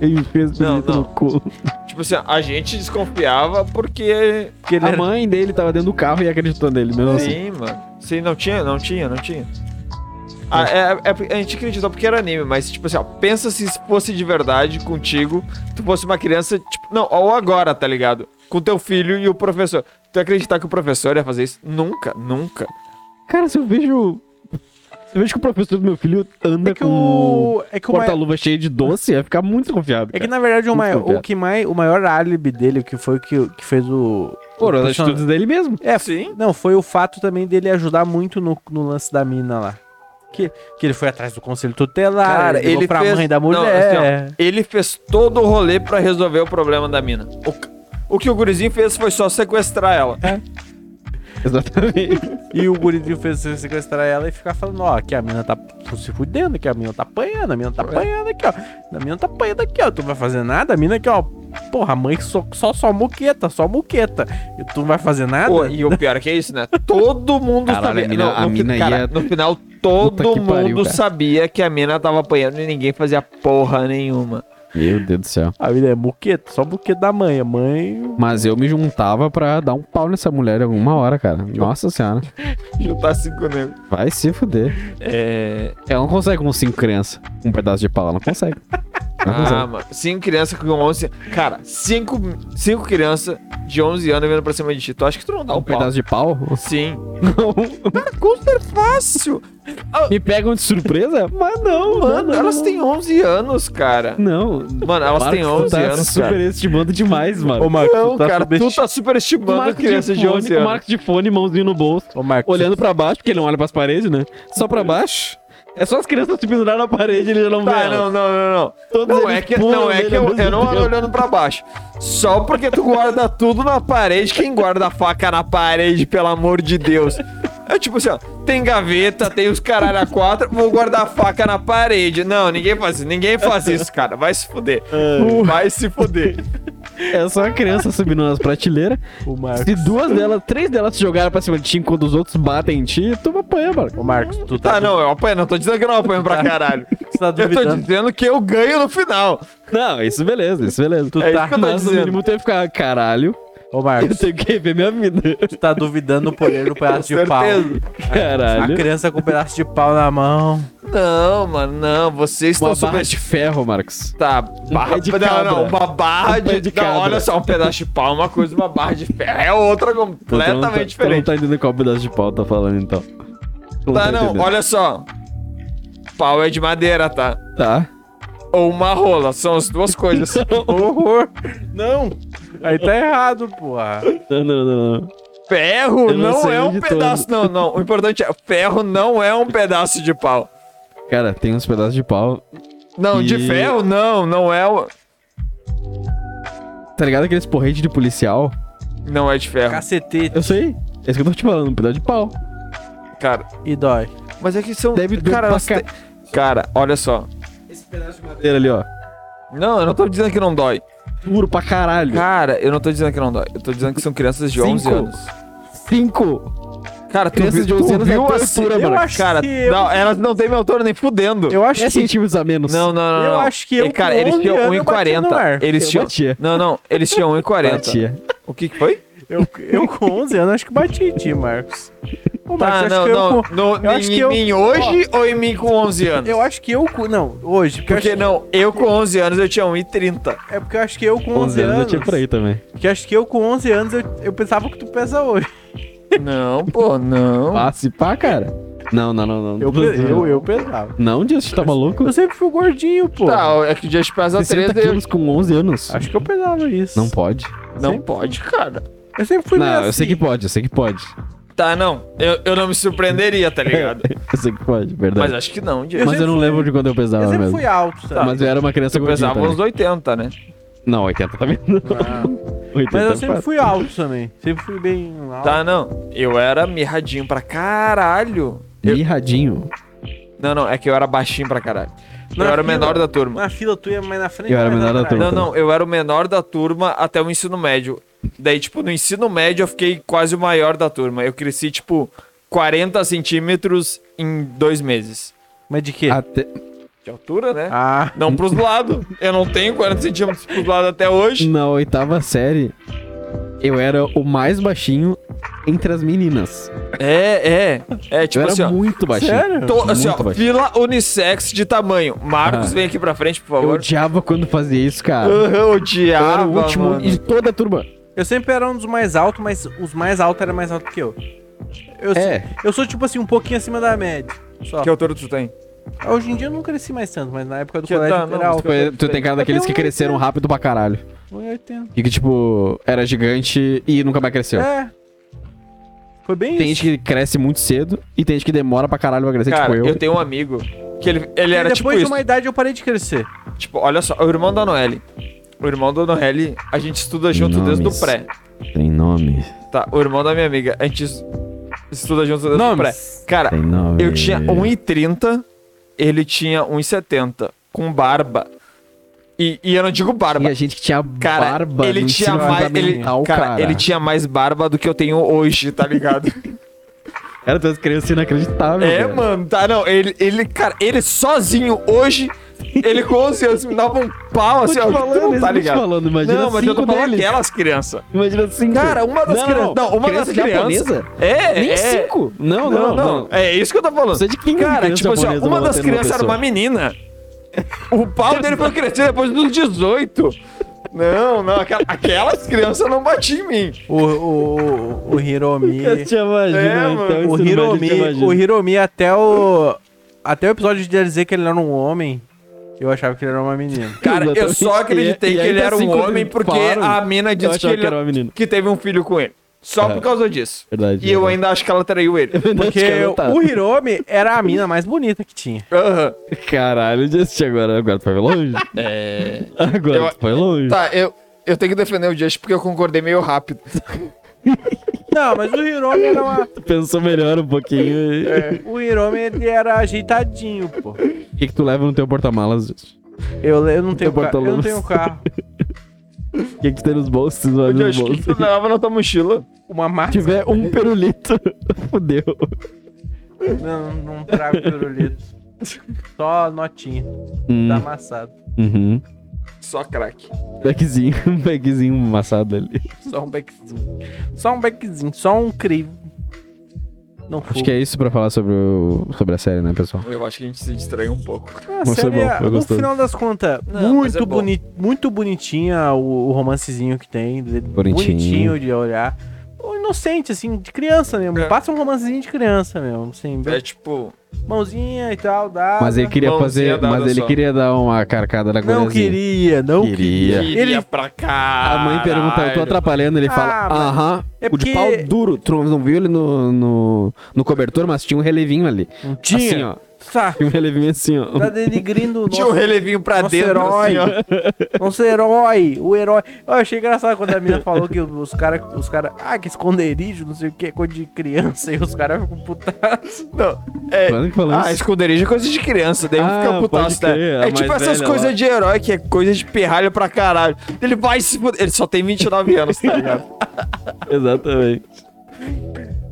S1: Ele fez
S3: Não,
S1: pirulito
S3: não.
S1: no cu.
S3: Tipo assim, a gente desconfiava porque
S2: Porque ele
S1: A
S2: era-
S1: mãe dele tava dentro do carro e acreditou nele, mesmo assim.
S3: Sim, mano. Sim, não tinha, não tinha, não tinha. Ah, é- é porque- a gente acreditou porque era anime, mas tipo assim, ó, pensa se isso fosse de verdade contigo, tu fosse uma criança, tipo, não, ou agora, tá ligado? Com teu filho e o professor. Tu ia acreditar que o professor ia fazer isso? Nunca, nunca.
S1: Cara, se eu vejo. Se eu vejo que o professor do meu filho anda
S2: É que
S1: com.
S2: o. É que o maior-
S1: Porta-luva cheio de doce, ia ficar muito desconfiado.
S2: É que
S1: cara.
S2: na verdade o,
S1: Muito
S2: maior, o,
S1: completo.
S2: que mais, o maior álibi dele, o que foi o que, que fez o.
S1: Foram as
S2: Puxa,
S1: atitudes dele mesmo. (laughs)
S2: É,
S3: Sim.
S2: Não, foi o fato também dele ajudar muito no, no lance da mina lá. Que, que ele foi atrás do conselho tutelar,
S3: Cara,
S2: ligou
S3: ele
S2: pra
S3: fez- É.
S2: mãe da
S3: não, assim,
S2: mulher.
S3: Ele fez todo o rolê pra resolver o problema da mina. O, c- o que o gurizinho fez foi só sequestrar ela.
S1: Exatamente.
S2: e o gurizinho fez sequestrar ela e ficar falando, ó, que a mina tá se fudendo, que a mina tá apanhando, a mina tá apanhando aqui, ó. A mina tá apanhando aqui, ó. Tu não vai fazer nada, a mina aqui, ó. Porra, a mãe só, só, só muqueta, só muqueta. E tu não vai fazer nada?
S3: Pô, e o pior é que é isso, né? Todo mundo
S1: Caralho,
S3: sabia.
S1: a mina-
S3: Não,
S1: a
S3: no, fi-
S1: mina
S3: cara,
S1: ia-
S3: no final, todo
S1: Puta que
S3: mundo
S1: pariu, cara.
S3: sabia que a mina tava apanhando e ninguém fazia porra nenhuma.
S1: Meu Deus do céu.
S2: A vida é muqueta, só muqueta da mãe. A mãe.
S1: Mas eu me juntava pra dar um pau nessa mulher em alguma hora, cara. Nossa senhora.
S3: Juntar cinco negros.
S1: Vai se fuder.
S3: É.
S1: Ela não consegue com cinco crianças. com Um pedaço de pau, ela não consegue. Não
S3: Ah,
S1: consegue.
S3: mano. Cinco crianças com 11. Cara, cinco, cinco crianças de 11 anos vindo pra cima de ti. Tu acha que tu não dá um,
S1: Um pedaço de pau? (laughs)
S3: pau? Sim.
S1: Não.
S3: Counter fácil.
S1: Me pegam de surpresa? Mas não,
S3: Mano,
S1: mano.
S3: elas têm 11 anos, cara.
S1: Não.
S3: Mano, elas
S1: Marcos,
S3: têm
S1: tu
S3: 11
S1: tá
S3: anos, cara.
S1: superestimando demais, mano.
S2: Ô, Marcos,
S3: Não,
S2: tu tá
S3: cara, tu
S2: subestimando.
S3: tá superestimando criança de 11
S1: fone, o
S3: anos.
S1: Marcos de fone, mãozinho no bolso.
S2: tá Ô, Marcos,
S1: Olhando pra baixo, porque ele não olha pras paredes, né? Só pra baixo. É só as crianças se pendurar na parede, ele já não vê.
S3: Tá,
S1: elas.
S3: não, não, não, não.
S1: Todos
S3: Não
S1: eles
S3: é que,
S1: pulam
S3: não, é
S1: nele
S3: que
S1: ao
S3: eu,
S1: mesmo
S3: eu não ando
S1: tempo.
S3: olhando pra baixo. Só porque tu guarda tudo na parede, quem guarda a faca na parede, pelo amor de Deus. É tipo assim, ó, tem gaveta, tem os caralho a quatro, vou guardar a faca na parede. Não, ninguém faz isso, ninguém faz isso, cara. Vai se fuder. Uh. Vai se fuder.
S1: É só a criança subindo nas prateleiras.
S2: O
S1: Se
S2: Marcos.
S1: duas delas, três delas se jogarem pra cima de ti enquanto os outros batem em ti, tu apanha, mano.
S2: Ô, Marcos, tu tá,
S3: Tá, não, eu apanho, não tô dizendo que eu não apanho pra caralho.
S2: tu tá
S3: Eu tô
S2: duvidando.
S3: dizendo que eu ganho no final.
S1: Não, isso beleza, isso beleza. Tu
S3: É
S1: tá
S3: isso que eu tô
S1: mas no
S3: dizendo.
S1: mínimo tu ia ficar, caralho,
S2: Ô,
S1: eu
S2: Marcos,
S1: tenho que rever minha vida.
S2: tu tá duvidando do poder do pedaço de pau.
S3: Certeza.
S2: A
S1: Caralho.
S2: criança com um pedaço de pau na mão.
S3: Não, mano, não. Vocês
S1: Uma
S3: estão
S1: barra
S3: super
S1: de ferro, Marcos.
S3: Tá, barra
S1: Um pé de
S3: não,
S1: cabra.
S3: não, uma barra
S1: Um pé
S3: de,
S1: de
S3: não,
S1: cabra.
S3: olha só, um pedaço de pau é uma coisa, uma barra de ferro é outra
S1: Tu- tu não
S3: completamente
S1: tá-
S3: diferente.
S1: Tu não tá entendendo qual pedaço de pau tá falando, então. Tu
S3: tá, não,
S1: entendendo.
S3: olha só. Pau é de madeira, tá?
S1: Tá.
S3: Ou uma rola, são as duas
S1: (laughs)
S3: coisas.
S2: Horror! Não! Aí tá errado, porra.
S1: Não, não, não, não.
S3: ferro
S1: Eu não
S3: não,
S1: sei
S3: é um
S1: de
S3: pedaço, não, não. O importante é, ferro não é um pedaço de pau.
S1: Cara, tem uns pedaços de pau.
S3: Não,
S1: E-
S3: de ferro não, não é o-
S1: Tá ligado aqueles porrete de policial?
S3: não é de ferro,
S2: Cacetete
S1: Eu sei. É isso que eu tô te falando, um pedaço de pau.
S3: cara.
S2: e dói.
S3: Mas é que são
S1: Deve doer
S3: cara,
S1: pra
S3: nós
S1: ca-
S3: te- cara, olha só.
S1: Esse pedaço de madeira ali, ó.
S3: Não, eu não tô dizendo que não dói.
S1: Duro pra caralho.
S3: Cara, eu não tô dizendo que não dói. Eu tô dizendo que são crianças de 11
S1: Cinco.
S3: anos.
S1: Cinco.
S3: Cara, tu
S1: Criança
S3: vi-
S1: de 11 anos é
S3: viu
S1: tortura,
S3: assim-
S1: mano.
S3: Eu acho Cara,
S2: que eu-
S3: não, elas não têm minha altura nem fudendo.
S2: Eu acho
S1: É
S2: que.
S1: centímetros a menos.
S3: Não, não, não,
S2: Eu
S3: não.
S2: acho que
S3: E,
S2: eu
S3: Cara,
S2: com
S3: eles
S2: 11
S3: tinham
S2: anos eu bati no
S3: 1,40.
S2: ar.
S3: Eles
S1: Eu
S3: tinham...
S1: batia.
S3: Não, não. Eles tinham 1,40.
S1: Batia.
S3: O que que foi?
S2: Eu, eu com 11 anos acho que bati em ti, Marcos. Ô,
S3: Tá,
S2: acho
S3: não,
S2: que eu
S3: não.
S2: com-
S3: No-
S2: eu acho
S3: em
S2: que eu-
S3: mim hoje ou em mim com 11 anos?
S2: Eu acho que eu com. Não, hoje. Porque, eu
S3: Porque
S2: acho-
S3: não, eu com 11 anos eu tinha 1,30.
S2: É porque eu acho que eu com
S1: 11 anos eu
S2: anos.
S1: tinha por aí também.
S2: Porque eu acho que eu com 11 anos eu, eu pensava que tu pesa hoje.
S3: Não, pô, não.
S1: Ah, se pá, cara. Não, não, não, não.
S2: Eu, pe- eu, eu pensava.
S1: Não, Justin, tá maluco?
S2: Eu sempre fui gordinho, pô.
S3: Tá, é que o dia de pesa
S1: 60
S3: 13 eu-
S1: quilos com 11 anos.
S2: Acho que eu pensava isso.
S1: Não pode.
S3: Não pode, cara.
S2: Eu sempre fui meio
S1: não, eu
S2: assim.
S1: sei que pode, eu sei que pode. (laughs)
S3: Tá, não. Eu, eu não me surpreenderia, tá ligado?
S1: Eu sei que pode,
S3: Mas
S1: verdade. Mas,
S3: acho que não,
S1: eu,
S3: Diego.
S2: eu sempre
S1: não
S2: fui-
S1: lembro de quando eu pesava
S2: Eu sempre
S1: mesmo.
S2: fui alto, tá?
S1: Ah, Mas eu era uma criança
S3: Eu
S1: gordinha
S3: pesava
S1: também.
S3: uns 80, né?
S1: Não, 80 também não.
S2: Ah.
S1: 80
S2: (laughs) Mas
S1: é
S2: eu sempre
S1: fácil.
S2: fui alto também. Sempre fui bem alto.
S3: Tá, não. Eu era mirradinho pra caralho. Eu-
S1: Mirradinho.
S3: Não, não, é que eu era baixinho pra caralho.
S2: Na
S3: eu era o
S2: fila.
S3: menor da turma.
S2: Na fila tu ia mais na frente.
S1: Eu era
S2: mais
S1: menor da
S2: atrás.
S1: turma.
S3: Não, não, eu era o menor da turma até o ensino médio. Daí, tipo, no ensino médio eu fiquei quase o maior da turma. Eu cresci, tipo, 40 centímetros em dois meses.
S2: Mas de quê?
S1: Até...
S3: De altura, né?
S2: Ah,
S3: Não pros lados. Eu não tenho 40 centímetros pros lados até hoje.
S1: Na oitava série, eu era o mais baixinho entre as meninas.
S3: É, é. É,
S1: eu
S3: tipo
S1: era
S3: assim, ó.
S1: muito baixinho.
S2: sério?
S3: Tô, assim, ó,
S1: É, Muito baixo.
S3: fila unissex de tamanho. Marcos,
S1: Ah.
S3: vem aqui pra frente, por
S1: Eu
S3: favor.
S1: odiava quando fazia isso, cara.
S3: Eu
S1: Eu era
S3: odiava,
S1: o último
S3: mano.
S1: de toda a turma.
S2: Eu sempre era um dos mais altos, mas os mais altos eram mais altos que eu. Eu,
S1: É.
S2: se- eu sou, tipo assim, um pouquinho acima da média. Só.
S3: Que altura tu tem?
S2: Hoje em dia eu não cresci mais tanto, mas na época do
S3: Que-
S2: colégio
S3: tá,
S2: eu
S3: não,
S2: era alto.
S3: mas
S1: Tu tem cara daqueles que cresceram rápido pra caralho.
S2: Foi 80.
S1: E que, tipo, era gigante e nunca mais cresceu.
S2: É. Foi bem
S1: Tem
S2: isso.
S1: gente que cresce muito cedo e tem gente que demora pra caralho pra crescer,
S3: Cara,
S1: tipo
S3: eu.
S1: eu.
S3: tenho um amigo que ele, ele
S2: E
S3: era
S2: depois
S3: tipo
S2: de
S3: isso.
S2: uma idade eu parei de crescer.
S3: Tipo, olha só, o irmão da Noelle. O irmão da Noelle, a gente estuda junto desde o
S1: Nomes.
S3: pré.
S1: Tem nome,
S3: Tá, o irmão da minha amiga, a gente es- estuda junto desde o pré.
S2: Nomes.
S3: Cara,
S1: nome.
S3: eu tinha 1,30, ele tinha 1,70, com barba. E, e eu não digo barba,
S1: Tinha gente que tinha
S3: Cara,
S1: barba
S3: ele
S1: no
S3: tinha
S1: ensino
S3: mais, ele,
S1: fundamental,
S3: cara, ele tinha mais barba do que eu tenho hoje, tá
S1: (laughs)
S3: ligado?
S1: Era duas crianças inacreditáveis.
S3: é,
S1: velho.
S3: mano, tá não, ele, ele, cara, ele sozinho hoje, ele com 11 anos me dava um pau
S1: Tô
S3: assim,
S1: te
S3: ó,
S1: falando,
S3: tu não
S1: eles
S3: tá
S1: não te
S3: ligado?
S1: falando, imagina
S3: não, mas eu tô
S1: cinco
S3: falando
S1: deles.
S3: aquelas crianças.
S1: Imagina cinco.
S3: Cara, uma das crianças, não, uma das crianças.
S1: japonesa?
S3: É,
S1: Nem
S3: é,
S1: cinco. Não,
S3: Não, não, é isso que eu tô falando.
S1: Você é de quem
S3: cara,
S1: criança
S3: tipo assim, ó,
S1: japonesa
S3: uma
S1: vai
S3: das
S1: bater numa
S3: crianças era
S1: pessoa?
S3: uma menina. O pau dele foi crescer depois dos 18. Não, não, aquela- aquelas crianças não batiam em mim.
S2: O, o, o, o Hiromi.
S3: (laughs)
S1: Eu te imagino,
S3: É,
S1: então,
S3: mano.
S2: O
S1: ensino médio, eu te
S2: Hiromi,
S1: imagino.
S2: o
S1: (laughs)
S2: Hiromi até o. Até o episódio de dizer que ele era um homem, eu achava que ele era uma menina.
S3: Cara, eu
S1: Exatamente.
S3: só acreditei
S1: E- e
S3: que ele
S1: ainda
S3: era
S1: assim,
S3: um
S1: quando
S3: homem
S1: eles
S3: porque
S1: falaram,
S3: a mina
S1: eu
S3: disse que
S1: achava
S3: ele
S1: que era uma menina.
S3: que teve um filho com ele. Só
S1: É.
S3: por causa disso.
S1: Verdade.
S3: E eu ainda acho que ela traiu
S1: (laughs)
S3: ele.
S2: Porque o Hiromi era a mina mais bonita que tinha.
S3: Aham.
S1: Caralho, Justin, agora, agora tu foi longe.
S4: É...
S1: Agora
S4: Eu-
S1: tu foi longe.
S4: Tá, eu, eu tenho que defender o Just porque eu concordei meio rápido.
S1: Tá
S2: Não, mas o Hiromi
S1: (laughs)
S2: era uma.
S1: Tu pensou melhor um pouquinho.
S3: É.
S2: O Hiromi ele era ajeitadinho, pô.
S1: O que, que tu leva no teu porta-malas, Justin?
S2: Eu, eu não tenho
S1: Teu
S2: carro. Eu não
S1: porta-luvas. (laughs)
S2: tenho carro.
S1: O que, que tu tem nos bolsos? Tu não
S3: O
S1: abre
S3: Josh,
S1: nos
S3: o que
S1: bolsos?
S3: tu leva na tua mochila?
S2: Uma
S1: Se
S2: máscara.
S1: tiver um pirulito, (laughs) fudeu.
S2: Não, não trago pirulito. Só notinha.
S1: Hum,
S2: Tá amassado.
S1: uhum.
S3: Só crack.
S1: Beckzinho, (laughs) um beckzinho amassado ali.
S2: Só um beckzinho. Só um beckzinho. Só um crivo. Não
S1: Acho que é isso pra falar sobre, o- sobre a série, né, pessoal?
S3: Eu acho que a gente se distraiu um pouco.
S2: A
S1: Mas foi
S2: Ah, série,
S1: é bom, foi
S2: no
S1: gostoso.
S2: final das contas,
S3: Não, mas
S2: muito,
S3: é bom.
S2: boni muito bonitinha o, o romancezinho que tem. de-
S1: Bonitinho.
S2: Bonitinho de olhar. Ou Inocente, assim, de criança mesmo.
S3: É.
S2: Passa um romancezinho de criança mesmo. Assim, bem-
S1: Né?
S3: É tipo,
S2: Mãozinha e tal, dá.
S1: Mas ele queria
S3: Mãozinha
S1: fazer.
S3: dada
S1: Mas ele
S3: só.
S1: queria dar uma carcada na
S2: Não
S1: guriazinha.
S2: queria, não queria.
S1: Queria.
S3: iria
S2: Ele-
S3: pra cá.
S1: A mãe pergunta, eu tô atrapalhando, ele fala,
S2: Ah, mas-
S1: aham,
S2: é
S1: o de
S2: porque-
S1: pau duro, tu não viu ele no, no, no cobertor, mas tinha um relevinho ali.
S2: Não tinha.
S1: Assim, ó,
S2: Tá,
S1: tinha um relevinho assim, ó. (laughs)
S2: tá denigrindo o
S3: Tinha um
S2: nosso
S3: relevinho pra
S2: Nosso
S3: dentro,
S2: herói.
S3: assim, ó.
S2: Nosso herói, o herói. Eu achei engraçado quando a mina falou que os caras, os cara, ah, que esconderijo, não sei o que, coisa de criança, e os caras ficam putados.
S3: Não, é,
S1: Quando que falou
S3: ah,
S1: isso?
S3: esconderijo é coisa de criança, daí
S1: Ah,
S3: fica
S1: pode
S3: putaço,
S1: crer, a
S3: né? É tipo
S1: mais
S3: essas
S1: velha lá.
S3: coisas de herói que é coisa de pirralho pra caralho. Ele vai se fuder. Ele só tem
S1: (laughs)
S3: 29 anos, tá ligado?
S2: (laughs)
S1: Exatamente.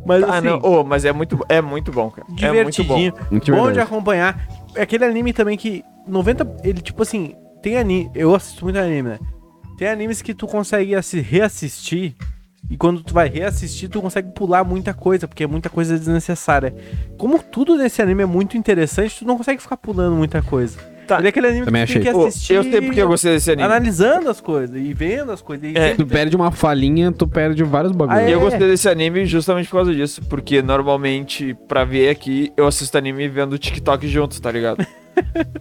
S2: Mas
S3: ah,
S2: assim,
S3: não. Ô, mas é muito, é muito bom, cara. É muito bom.
S2: divertidinho,
S1: Muito
S2: bom
S1: verdade.
S2: de acompanhar. É aquele anime também que 90, ele tipo assim, tem anime, eu assisto muito anime, né? Tem animes que tu consegue assi- reassistir e quando tu vai reassistir, tu consegue pular muita coisa, porque é muita coisa desnecessária. Como tudo nesse anime é muito interessante, tu não consegue ficar pulando muita coisa.
S3: Tá.
S2: Ele é aquele anime
S1: Também
S2: que tu tem
S1: achei.
S2: que
S3: Ô,
S2: assistir.
S3: eu sei porque eu gostei desse anime.
S2: analisando as coisas e vendo as coisas. E
S3: É.
S2: sempre-
S1: Tu perde uma falinha, tu perde vários bagulhos.
S2: Ah, é?
S3: Eu gostei desse anime justamente por causa disso, porque normalmente, pra ver aqui, eu assisto anime vendo TikTok junto, tá
S1: (laughs)
S3: ligado?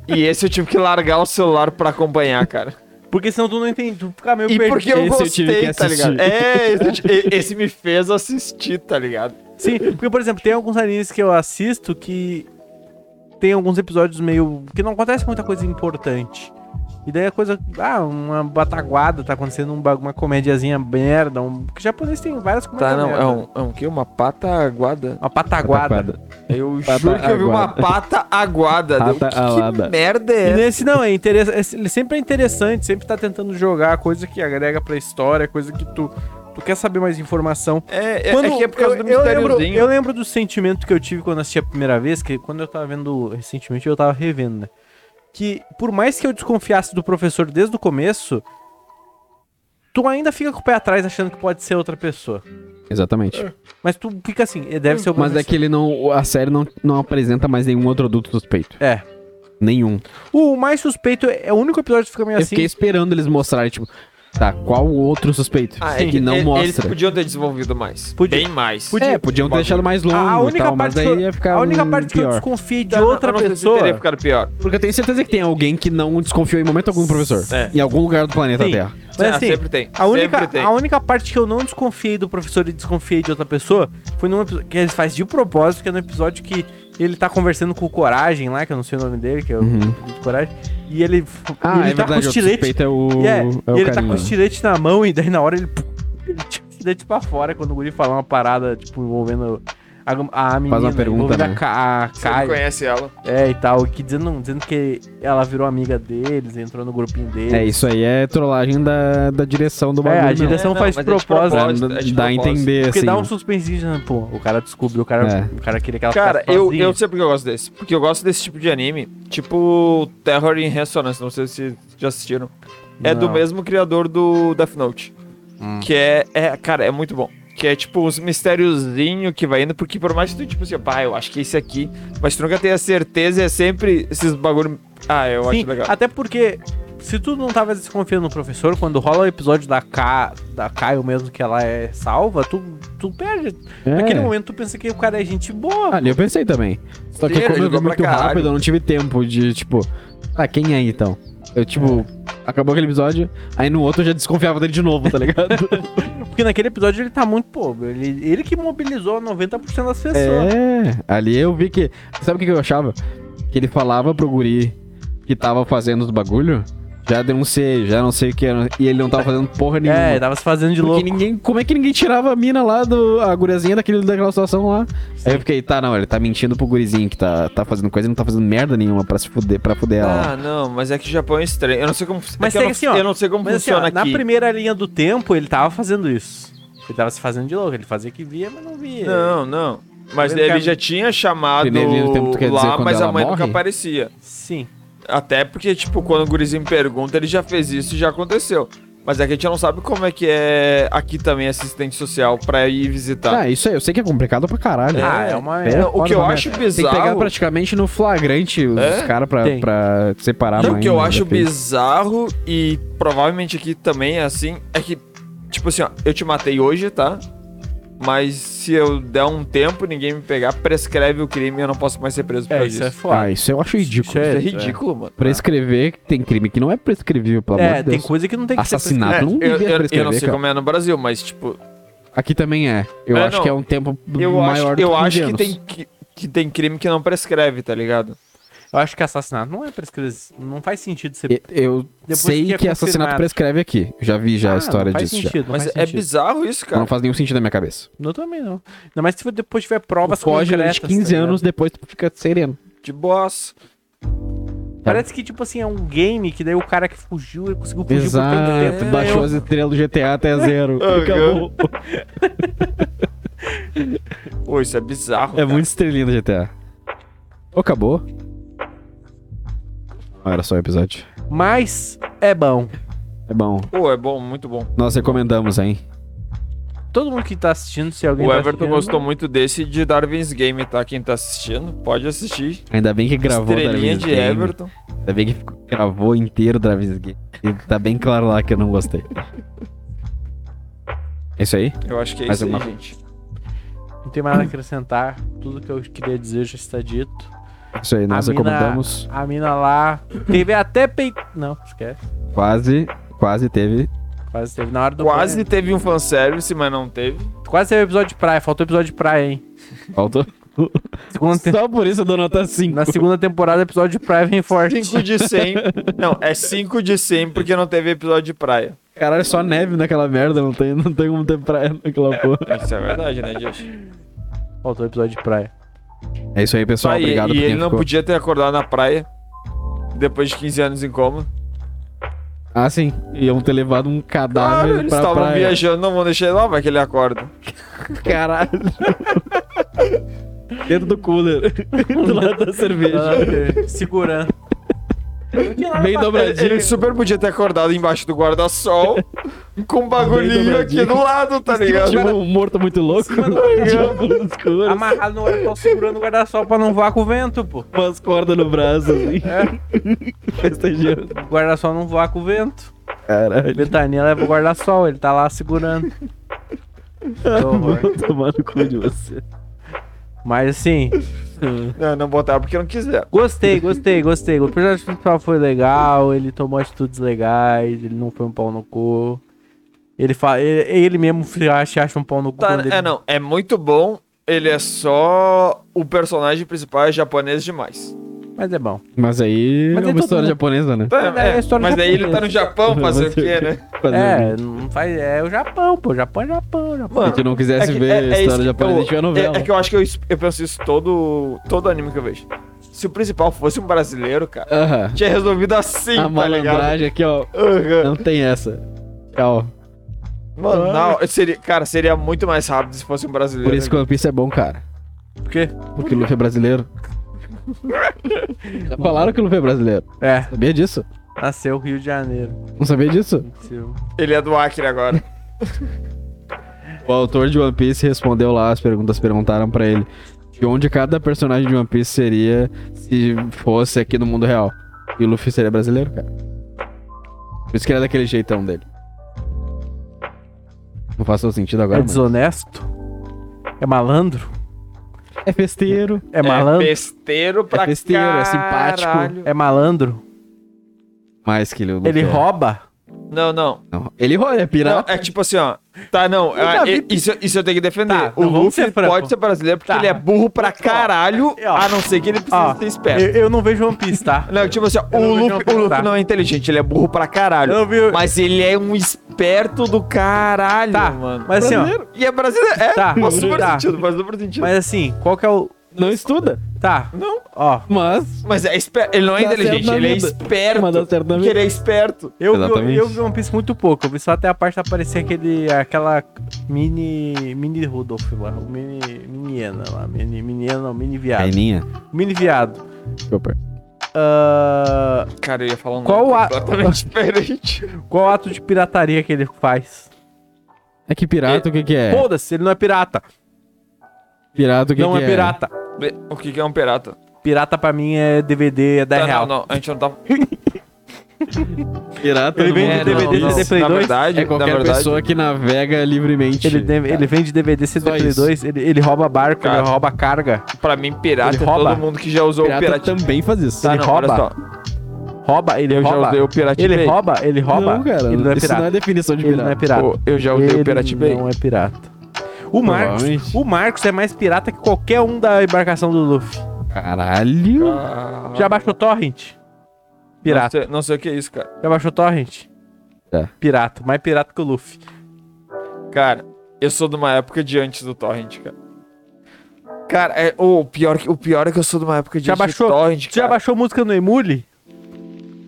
S3: e esse eu tive que largar o celular pra acompanhar, cara.
S2: Porque senão tu não entende, tu fica meio
S3: E
S2: perdido.
S3: porque eu
S1: Esse eu tive
S3: gostei,
S1: que
S3: tá ligado?
S1: assistir.
S3: É, esse, eu ti- e- esse me fez assistir, tá ligado?
S2: Sim, porque, por exemplo, tem alguns animes que eu assisto que tem alguns episódios meio. que não acontece muita coisa importante. E daí a coisa. Ah, uma bataguada, tá acontecendo um, ba- uma comédiazinha merda. Um, porque japonês tem várias comédias. merda.
S3: Tá, é um que? Uma pata aguada?
S2: Uma pataguada.
S3: Eu
S1: Pata
S3: juro que eu vi uma
S1: aguada.
S3: pata aguada.
S1: Pata
S3: O que,
S1: alada.
S3: que merda é
S2: E
S3: essa?
S2: nesse não, é interessante. Ele sempre é interessante, sempre tá tentando jogar coisa que agrega pra história, coisa que tu. Tu quer saber mais informação.
S3: É, é,
S2: Quando-
S3: é que é por causa
S2: eu,
S3: do
S2: eu lembro,
S3: mistériozinho.
S2: eu lembro do sentimento que eu tive quando assisti a primeira vez, que quando eu tava vendo recentemente, eu tava revendo, né? Que por mais que eu desconfiasse do professor desde o começo, tu ainda fica com o pé atrás achando que pode ser outra pessoa.
S1: Exatamente.
S2: Mas tu fica assim, "Eh, deve ser o
S1: Mas
S2: professor.
S1: é que ele não. A série não, não apresenta mais nenhum outro adulto suspeito.
S2: É.
S1: Nenhum.
S2: O mais suspeito é o único episódio que fica meio
S1: Eu
S2: assim.
S1: fiquei esperando eles mostrarem, tipo, tá, qual o outro suspeito?
S3: Ah,
S1: é
S2: é
S1: que não
S3: e- Eles
S1: mostra.
S3: podiam ter desenvolvido mais.
S2: Podia.
S3: Bem mais.
S1: É, podiam ter deixado mais longo
S2: A, a única
S1: e tal, mas
S2: parte, que,
S1: daí
S2: eu,
S1: ia ficar
S2: a única
S1: hum,
S2: parte que eu
S1: pior.
S2: desconfiei de
S3: Eu Tá, não-
S2: outra
S3: eu não sei se
S2: pessoa.
S3: Teria ficado pior.
S1: Porque eu tenho certeza que tem alguém que não desconfiou em momento algum do professor.
S3: É.
S1: Em algum lugar do planeta
S2: Sim.
S1: Terra.
S2: Mas
S3: Ah,
S2: assim,
S3: sempre tem.
S2: A única,
S3: sempre tem.
S2: a única parte que eu não desconfiei do professor e desconfiei de outra pessoa foi num episódio que eles fazem de propósito, que é no episódio que ele tá conversando com o Coragem lá, que eu não sei o nome dele, que é o
S1: Uhum.
S2: do Coragem, e ele,
S1: Ah,
S2: ele
S1: é verdade,
S2: tá com
S1: o
S2: o estilete.
S1: suspeito é o.
S2: e é,
S1: é o
S2: e ele tá
S1: carinha.
S2: com o estilete na mão, e daí na hora ele, (laughs) ele tira o estilete pra fora quando o Guri falar uma parada, tipo, envolvendo. A, a menina,
S1: pergunta,
S2: envolvendo
S1: né?
S2: a, Ca- a
S3: Você não
S2: Caio,
S3: conhece ela.
S2: é, e tal, que dizendo, dizendo que ela virou amiga deles, entrou no grupinho deles.
S1: É, isso aí é trollagem da, da direção do bagulho.
S2: É, a
S1: mesmo.
S2: direção- Não, faz
S3: mas
S2: propósito.
S1: Pra
S3: É de propósito. é de
S1: dar né? a
S3: propósito.
S1: entender,
S2: Porque
S1: assim.
S2: dá um suspensinho, né? pô, o cara descobriu, o cara,
S1: É.
S2: o cara queria que ela
S3: Cara,
S2: ficasse
S3: eu,
S2: sozinha.
S3: eu sei porque eu gosto desse. Porque eu gosto desse tipo de anime, tipo Terror in Resonance, não sei se já assistiram. É do
S2: Não. Hum.
S3: mesmo criador do Death Note. Que é, é, cara, é muito bom. Que é tipo uns mistériozinho que vai indo, porque por mais que tu, tipo assim, pá, eu acho que é esse aqui, mas tu nunca tem a certeza, é sempre esses bagulho. Ah, eu
S2: Sim,
S3: acho legal.
S2: até porque se tu não tava desconfiando no professor, quando rola o episódio da Ka, da Caio mesmo, que ela é salva, tu, tu perde.
S1: É.
S2: Naquele momento tu pensa que o cara é gente boa.
S1: Ali Ah, eu pensei também. Só que
S3: Sim,
S1: como eu vi
S3: ajudou pra
S1: muito
S3: caralho.
S1: rápido, eu não tive tempo de, tipo, ah, quem é então?
S2: É. (laughs)
S1: Eu, tipo, acabou aquele episódio, aí no outro eu já desconfiava dele de novo, tá ligado?
S2: Porque naquele episódio ele tá muito pobre. Ele, ele que mobilizou 90% das pessoas.
S1: É, ali eu vi que. Sabe o que que eu achava? Que ele falava pro guri que tava fazendo os bagulho. Já denunciei, já não sei o que era. E ele não tava fazendo porra nenhuma.
S2: (laughs) É, tava se fazendo de
S1: Porque
S2: louco.
S1: ninguém, como é que ninguém tirava a mina lá do. A guriazinha daquele, daquela situação lá? Aí eu fiquei, tá, não, ele tá mentindo pro gurizinho que tá, tá fazendo coisa e não tá fazendo merda nenhuma pra se fuder, pra fuder ela.
S3: Ah, não, mas é que o Japão é estranho. Eu não sei como, é
S2: Mas
S3: que
S2: tem
S3: eu, não,
S2: assim, ó,
S3: eu não sei como
S2: Mas assim, ó,
S3: funciona
S2: na
S3: aqui.
S2: primeira linha do tempo ele tava fazendo isso. Ele tava se fazendo de louco. Ele fazia que via, mas não via.
S3: Não, não. Mas
S2: Primeiro
S3: ele
S2: caminho.
S3: já tinha chamado
S1: Primeiro tempo, tu quer dizer,
S3: lá,
S1: quando
S3: mas
S1: ela
S3: a mãe nunca
S1: morre?
S3: aparecia.
S2: Sim.
S3: Até porque, tipo, quando o gurizinho pergunta, ele já fez isso e já aconteceu. Mas é que a gente não sabe como é que é aqui também assistente social pra ir visitar.
S1: Ah, isso aí, eu sei que é complicado pra caralho.
S2: Ah, é uma
S1: É,
S2: merda.
S3: Não, o
S1: foda
S3: que eu
S1: pra merda.
S3: acho
S1: Tem que pegar
S3: bizarro.
S1: praticamente no flagrante os
S3: É?
S1: caras pra,
S2: Tem.
S1: pra separar
S3: Não,
S1: a
S3: o
S1: mãe,
S3: que eu
S1: né, da
S3: acho
S1: filha.
S3: bizarro e provavelmente aqui também é assim, é que, tipo assim, ó, eu te matei hoje, tá? Mas se eu der um tempo e ninguém me pegar, prescreve o crime e eu não posso mais ser preso por
S2: É,
S3: causa
S2: isso é
S3: disso.
S2: foda.
S1: Ah, isso eu acho ridículo.
S2: Isso é-
S3: Isso é
S2: é.
S3: ridículo, mano.
S1: Prescrever, tem crime que não é prescrevível, pelo amor
S2: É,
S1: de
S2: tem
S1: Deus.
S2: coisa que não tem que ser
S1: Assassinato.
S3: É,
S1: Ah, não devia
S3: eu, eu- eu não
S1: prescrever,
S3: sei
S1: cara.
S3: como é no Brasil, mas, tipo,
S1: Aqui também é. Eu
S3: É,
S1: acho
S3: não.
S1: que é um tempo
S3: eu
S1: maior
S3: acho,
S1: do
S3: eu
S1: que 15
S3: acho que
S1: anos.
S3: tem, que, que tem crime que não prescreve, tá ligado?
S2: Eu acho que assassinato não é prescrever. Não faz sentido ser.
S1: E- Eu
S2: Depois
S1: sei
S2: que
S1: que,
S2: é
S1: assassinato
S2: confirmado.
S1: prescreve aqui. Já vi já é
S2: Ah,
S1: a história
S2: não faz
S1: disso. já.
S2: Sentido, não
S3: Mas
S2: faz
S3: é
S2: sentido.
S3: bizarro isso, cara.
S1: Não faz nenhum sentido na minha cabeça.
S2: Eu também não. Ainda mais se depois tiver provas
S1: Foge
S2: concretas.
S1: de 15
S2: tá ligado?
S1: anos depois tu fica sereno.
S3: De boss.
S2: Parece que, tipo assim, é um game que daí o cara que fugiu, ele conseguiu fugir por tanto
S1: Exato.
S2: tempo.
S1: Baixou as estrelas do GTA até zero.
S3: (laughs) Ah,
S1: Acabou.
S3: Pô, isso é bizarro.
S1: É muito estrelinha do GTA. Ô, acabou. Ah, era só o episódio.
S2: Mas é bom.
S1: É bom.
S3: Pô, é bom, muito bom.
S1: Nós recomendamos, hein?
S2: Todo mundo que tá assistindo, se alguém
S3: O
S2: tá
S3: Everton
S2: assistindo,
S1: né?
S3: gostou muito desse de Darwin's Game, tá? Quem tá assistindo, pode assistir.
S1: Ainda bem que gravou
S3: Estrelinha
S1: Darwin's
S3: de
S1: Game.
S3: Everton.
S1: Ainda bem que ficou- gravou inteiro Darwin's Game. E tá bem claro lá que eu não gostei. É isso aí?
S3: Eu acho que é
S1: Mais
S3: isso aí,
S1: alguma-
S3: gente.
S2: não tem mais nada a acrescentar. Tudo que eu queria dizer já está dito.
S1: É Isso aí, nós
S2: a mina,
S1: recomendamos.
S2: A mina lá teve até pei... Não, esquece.
S1: Quase, quase teve.
S2: Quase teve na hora do
S3: Quase teve um fanservice, mas não teve.
S2: Quase teve episódio de praia. Faltou episódio de praia, hein?
S1: Faltou.
S2: Segunda te-
S1: Só por isso eu dou nota 5.
S2: Na segunda temporada, episódio de praia vem forte.
S3: 5 de
S1: (laughs)
S3: 100. não, é 5 de 100 porque não teve episódio de praia.
S1: Caralho, só neve naquela merda, não tem, não tem como ter praia naquela porra.
S3: Isso é verdade, né, Josh?
S2: Faltou episódio de praia.
S1: É isso aí, pessoal.
S3: Tá, e-
S1: Obrigado
S3: e
S1: por
S3: ele
S1: quem
S3: não
S1: ficou.
S3: podia ter acordado na praia depois de 15 anos em coma.
S1: Ah, sim. Iam ter levado um
S3: Claro,
S1: cadáver
S3: eles
S1: pra
S3: estavam
S1: praia.
S3: viajando, não vão deixar ele lá, vai que ele acorda.
S1: Caralho. Dentro do (laughs) cooler. do lado da cerveja.
S2: Ah, Segurando.
S1: Bem
S3: Ele,
S1: dobradinho.
S3: ele super podia ter acordado embaixo do guarda-sol com um bagulhinho aqui
S1: dobradinho.
S3: do lado, tá ligado?
S1: Tipo um morto muito louco. Tipo, nos cooler,
S2: Amarrado no horário, segurando o guarda-sol pra não voar com o vento, pô.
S1: com as cordas no braço, assim.
S3: É.
S1: Festejando.
S2: O guarda-sol não voar com o vento.
S1: Caralho.
S2: Betania tá leva o guarda-sol, ele tá lá segurando. Que horror.
S1: Vou tomar no cu de você.
S2: Mas assim,
S3: Não, não botaram porque não quiser.
S2: gostei, gostei, gostei. O personagem principal foi legal, ele tomou atitudes legais, ele não foi um pau no cu. Ele, fala, ele, ele mesmo se acha, acha um pau no cu.
S3: Tá,
S2: quando ele-
S3: é não, é muito bom. Ele é só o personagem principal é japonês demais.
S2: Mas é bom.
S1: Mas aí
S2: Mas
S1: é uma
S2: tem todo
S1: história
S2: mundo-
S1: japonesa, né?
S3: Tá,
S2: É, é a
S3: é,
S2: história
S3: mas daí ele
S2: japonesa.
S3: tá
S1: (laughs)
S3: no Japão fazer o quê, né?
S1: Fazer
S2: É,
S1: o quê?
S2: não faz, é o Japão, pô. Japão é Japão, Japão.
S1: Se a
S3: Mano,
S1: gente não quisesse
S3: É que-
S1: ver a
S3: isso
S1: história
S3: que
S1: japonesa, a
S3: eu-
S1: gente vê a
S3: é-
S1: novela.
S3: É, que eu acho que eu, es- eu penso isso todo, todo anime que eu vejo. Se o principal fosse um brasileiro, cara,
S1: Aham.
S3: tinha resolvido assim,
S1: A
S3: tá ligado?
S1: malandragem aqui, ó.
S3: Aham.
S1: Não tem essa. Tchau.
S3: Mano, não, seria, cara, seria muito mais rápido se fosse um brasileiro.
S1: Por isso que o One Piece é bom, cara.
S2: Por quê?
S1: Porque o Luffy é (laughs) brasileiro. Já falaram que o Luffy é brasileiro.
S2: É,
S1: Sabia disso?
S2: nasceu Rio de Janeiro.
S1: Não sabia disso?
S2: Nasceu.
S3: Ele é do Acre agora.
S1: O autor de One Piece respondeu lá as perguntas, perguntaram pra ele de onde cada personagem de One Piece seria se fosse aqui no mundo real. E o Luffy seria brasileiro, cara. Por isso que ele é daquele jeitão dele. Não faz todo sentido agora,
S2: É
S1: mano.
S2: desonesto? É malandro?
S1: É festeiro.
S2: É malandro?
S3: besteiro pra
S1: É besteiro, é simpático.
S3: caralho.
S2: É malandro?
S1: Mais que ele. o Luffy
S2: Ele
S1: é.
S2: rouba?
S3: Não, não.
S1: Não, Ele olha, é pirata.
S3: Não, é tipo assim, ó. Tá, não.
S2: Eu já
S3: ah,
S2: vi
S3: e- isso, isso eu tenho que defender.
S2: Tá,
S3: o
S2: não vamos
S3: Luffy
S2: ser franco.
S3: pode ser brasileiro porque
S2: Tá.
S3: ele é burro pra caralho,
S2: Ó.
S3: a não ser que ele precise
S2: Ó,
S3: ser esperto.
S2: Eu, eu não vejo One Piece, (laughs) tá?
S3: Não, tipo assim, ó,
S2: Eu
S3: o
S2: não vi
S3: Luffy,
S2: não
S3: o Luffy
S2: pensar.
S3: não é inteligente, ele é burro pra
S2: Eu
S3: caralho.
S2: não vi-
S3: Mas ele é um esperto do caralho,
S2: Tá,
S3: mano.
S2: mas assim, ó.
S3: Brasileiro. E é brasileiro. É,
S2: Tá,
S3: faz super
S2: tá.
S3: sentido, faz super sentido.
S2: Mas assim, qual que é o.
S1: Não estuda.
S2: Tá,
S3: Não,
S2: ó.
S1: Mas.
S3: mas é esper... ele não é
S2: Tá
S1: Dá
S3: inteligente,
S1: certo na
S3: ele é
S1: vida.
S3: esperto.
S1: Mas dá certo na
S3: porque
S1: vida.
S3: Ele é esperto.
S2: Eu, vi-
S1: Exatamente.
S2: eu vi One Piece muito pouco, eu vi só até a parte de aparecer aquele, aquela mini, mini Rudolph lá, o mini, mini hiena lá, mini, mini hiena não, mini viado,
S1: Caininha.
S2: mini viado.
S1: Desculpa.
S2: Ah,
S3: Cara, eu ia falar um
S2: Qual
S3: nome
S2: a-
S3: completamente (laughs) diferente.
S2: qual ato de pirataria que ele faz?
S1: É que pirata, o que que é?
S2: Foda-se, ele não é pirata,
S1: Pirata, o que
S2: não
S1: que
S2: é pirata.
S3: Be- O que que é um pirata?
S2: Pirata pra mim é DVD, é 10
S3: Tá, não,
S2: real.
S3: não, a gente não tá...
S1: Pirata
S2: Ele
S1: do
S2: vem de
S1: mundo.
S2: DVD,
S1: não, não.
S2: CD Play
S3: na
S2: 2?
S3: verdade,
S1: É qualquer
S3: é na verdade,
S1: pessoa que navega livremente.
S2: Ele, deve- ele vende DVD, CD
S1: Só
S2: Play
S1: isso.
S2: 2, ele, ele rouba barco,
S3: Cara.
S2: ele rouba carga,
S3: pra mim, pirata
S2: Ele
S3: é
S2: rouba.
S3: todo mundo que já usou o
S1: pirata
S3: pirata.
S1: também faz isso.
S3: Tá,
S2: ele
S3: não,
S2: rouba.
S3: olha só.
S2: rouba, ele
S3: Eu já
S2: rouba,
S3: usei o Pirate
S2: ele
S3: Bay.
S2: rouba, ele rouba,
S1: Não, cara.
S2: ele não é
S1: isso
S2: pirata.
S1: não é definição de
S2: Ele não é
S1: pirata.
S2: pirata.
S3: Pô, eu já usei
S2: ele
S3: o Pirate Bay.
S2: não é pirata. O Marcos,
S1: Provavelmente.
S2: o Marcos é mais pirata que qualquer um da embarcação do Luffy.
S1: Caralho.
S3: Ah,
S2: Já baixou torrent?
S3: não
S2: Pirata.
S3: sei, não sei o que é isso, cara.
S2: Já baixou torrent?
S1: Tá.
S2: Pirata, mais pirata que o Luffy.
S3: Cara, eu sou de uma época de antes do Torrent, cara. Cara, é, ô, o, pior, que- o pior é que eu sou de uma época de
S2: Já
S3: antes
S2: baixou?
S3: do Torrent,
S2: Tu já
S3: cara.
S2: baixou música no Emule?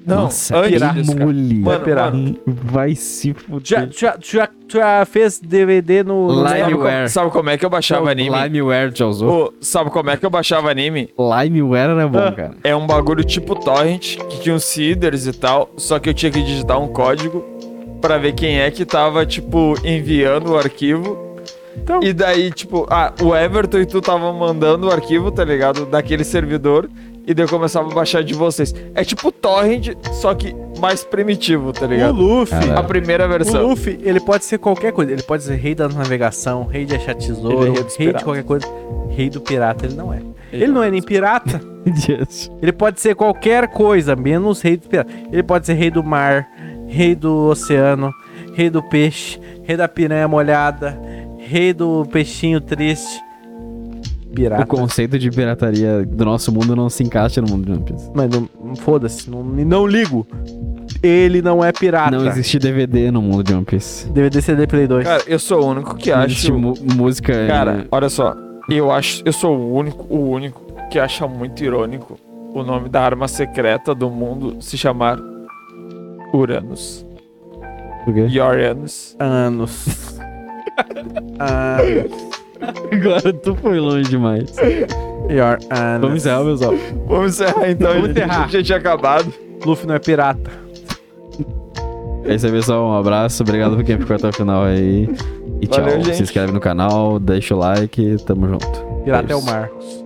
S3: Não,
S1: Nossa,
S3: antes
S1: pirata.
S3: disso, cara.
S1: Mole.
S3: Mano,
S2: pirata.
S3: mano,
S1: Vai se
S2: Tu já,
S1: fuder.
S2: tu já, tu já, tu já fez DVD no. no-
S1: Lá-
S3: sabe, como,
S1: Limeware.
S3: sabe como é que eu baixava anime?
S1: Limeware já usou.
S3: Ô, sabe como é que eu baixava anime?
S1: Limeware era bom,
S2: Ah.
S1: cara. (laughs)
S3: É um bagulho tipo torrent, que tinha uns seeders e tal, só que eu tinha que digitar um código pra ver quem é que tava, tipo, enviando o arquivo.
S2: Então.
S3: E daí, tipo, ah, o Everton e tu tava mandando o arquivo, tá ligado? Daquele servidor. E daí eu começava a baixar de vocês. É tipo torrent, só que mais primitivo, tá
S2: O
S3: ligado?
S2: Luffy.
S1: Caralho.
S3: A primeira
S2: O
S3: versão.
S2: Luffy, ele pode ser qualquer coisa. Ele pode ser rei da navegação, rei de achar tesouro,
S3: Ele é rei
S2: rei,
S3: dos
S2: de
S3: piratas.
S2: qualquer coisa. Rei do pirata, ele não é. Ele,
S3: é
S2: não é nem pirata.
S1: Yes.
S2: Ele pode ser qualquer coisa, menos rei do pirata. Ele pode ser rei do mar, rei do oceano, rei do peixe, rei da piranha molhada, rei do peixinho triste.
S1: O
S2: Pirata.
S1: conceito de pirataria do nosso mundo não se encaixa no mundo de One Piece.
S2: Mas não, foda-se, não, não ligo. Ele não é pirata.
S1: Não existe DVD no mundo de One Piece.
S2: DVD CD Play 2.
S3: Cara, eu sou o único que
S1: Não
S3: acho.
S1: existe mu- música.
S3: Cara,
S1: eh,
S3: olha só. Eu acho, eu sou o único, o único que acha muito irônico o nome da arma secreta do mundo se chamar Uranus.
S1: por quê?
S3: Uranus.
S2: Anos. Ah, Anos.
S1: (laughs) Agora tu foi longe demais.
S2: Your Anos.
S1: Vamos encerrar, meus ó.
S3: Vamos encerrar então.
S2: Vamos
S3: gente.
S2: encerrar.
S3: Já tinha acabado.
S2: Luffy não é pirata.
S1: É isso aí, pessoal. Um abraço. Obrigado por quem ficou até o final aí. E tchau.
S3: Valeu, gente.
S1: Se inscreve no canal, deixa o like. Tamo junto.
S2: Pirata é o
S1: isso.
S2: Marcos.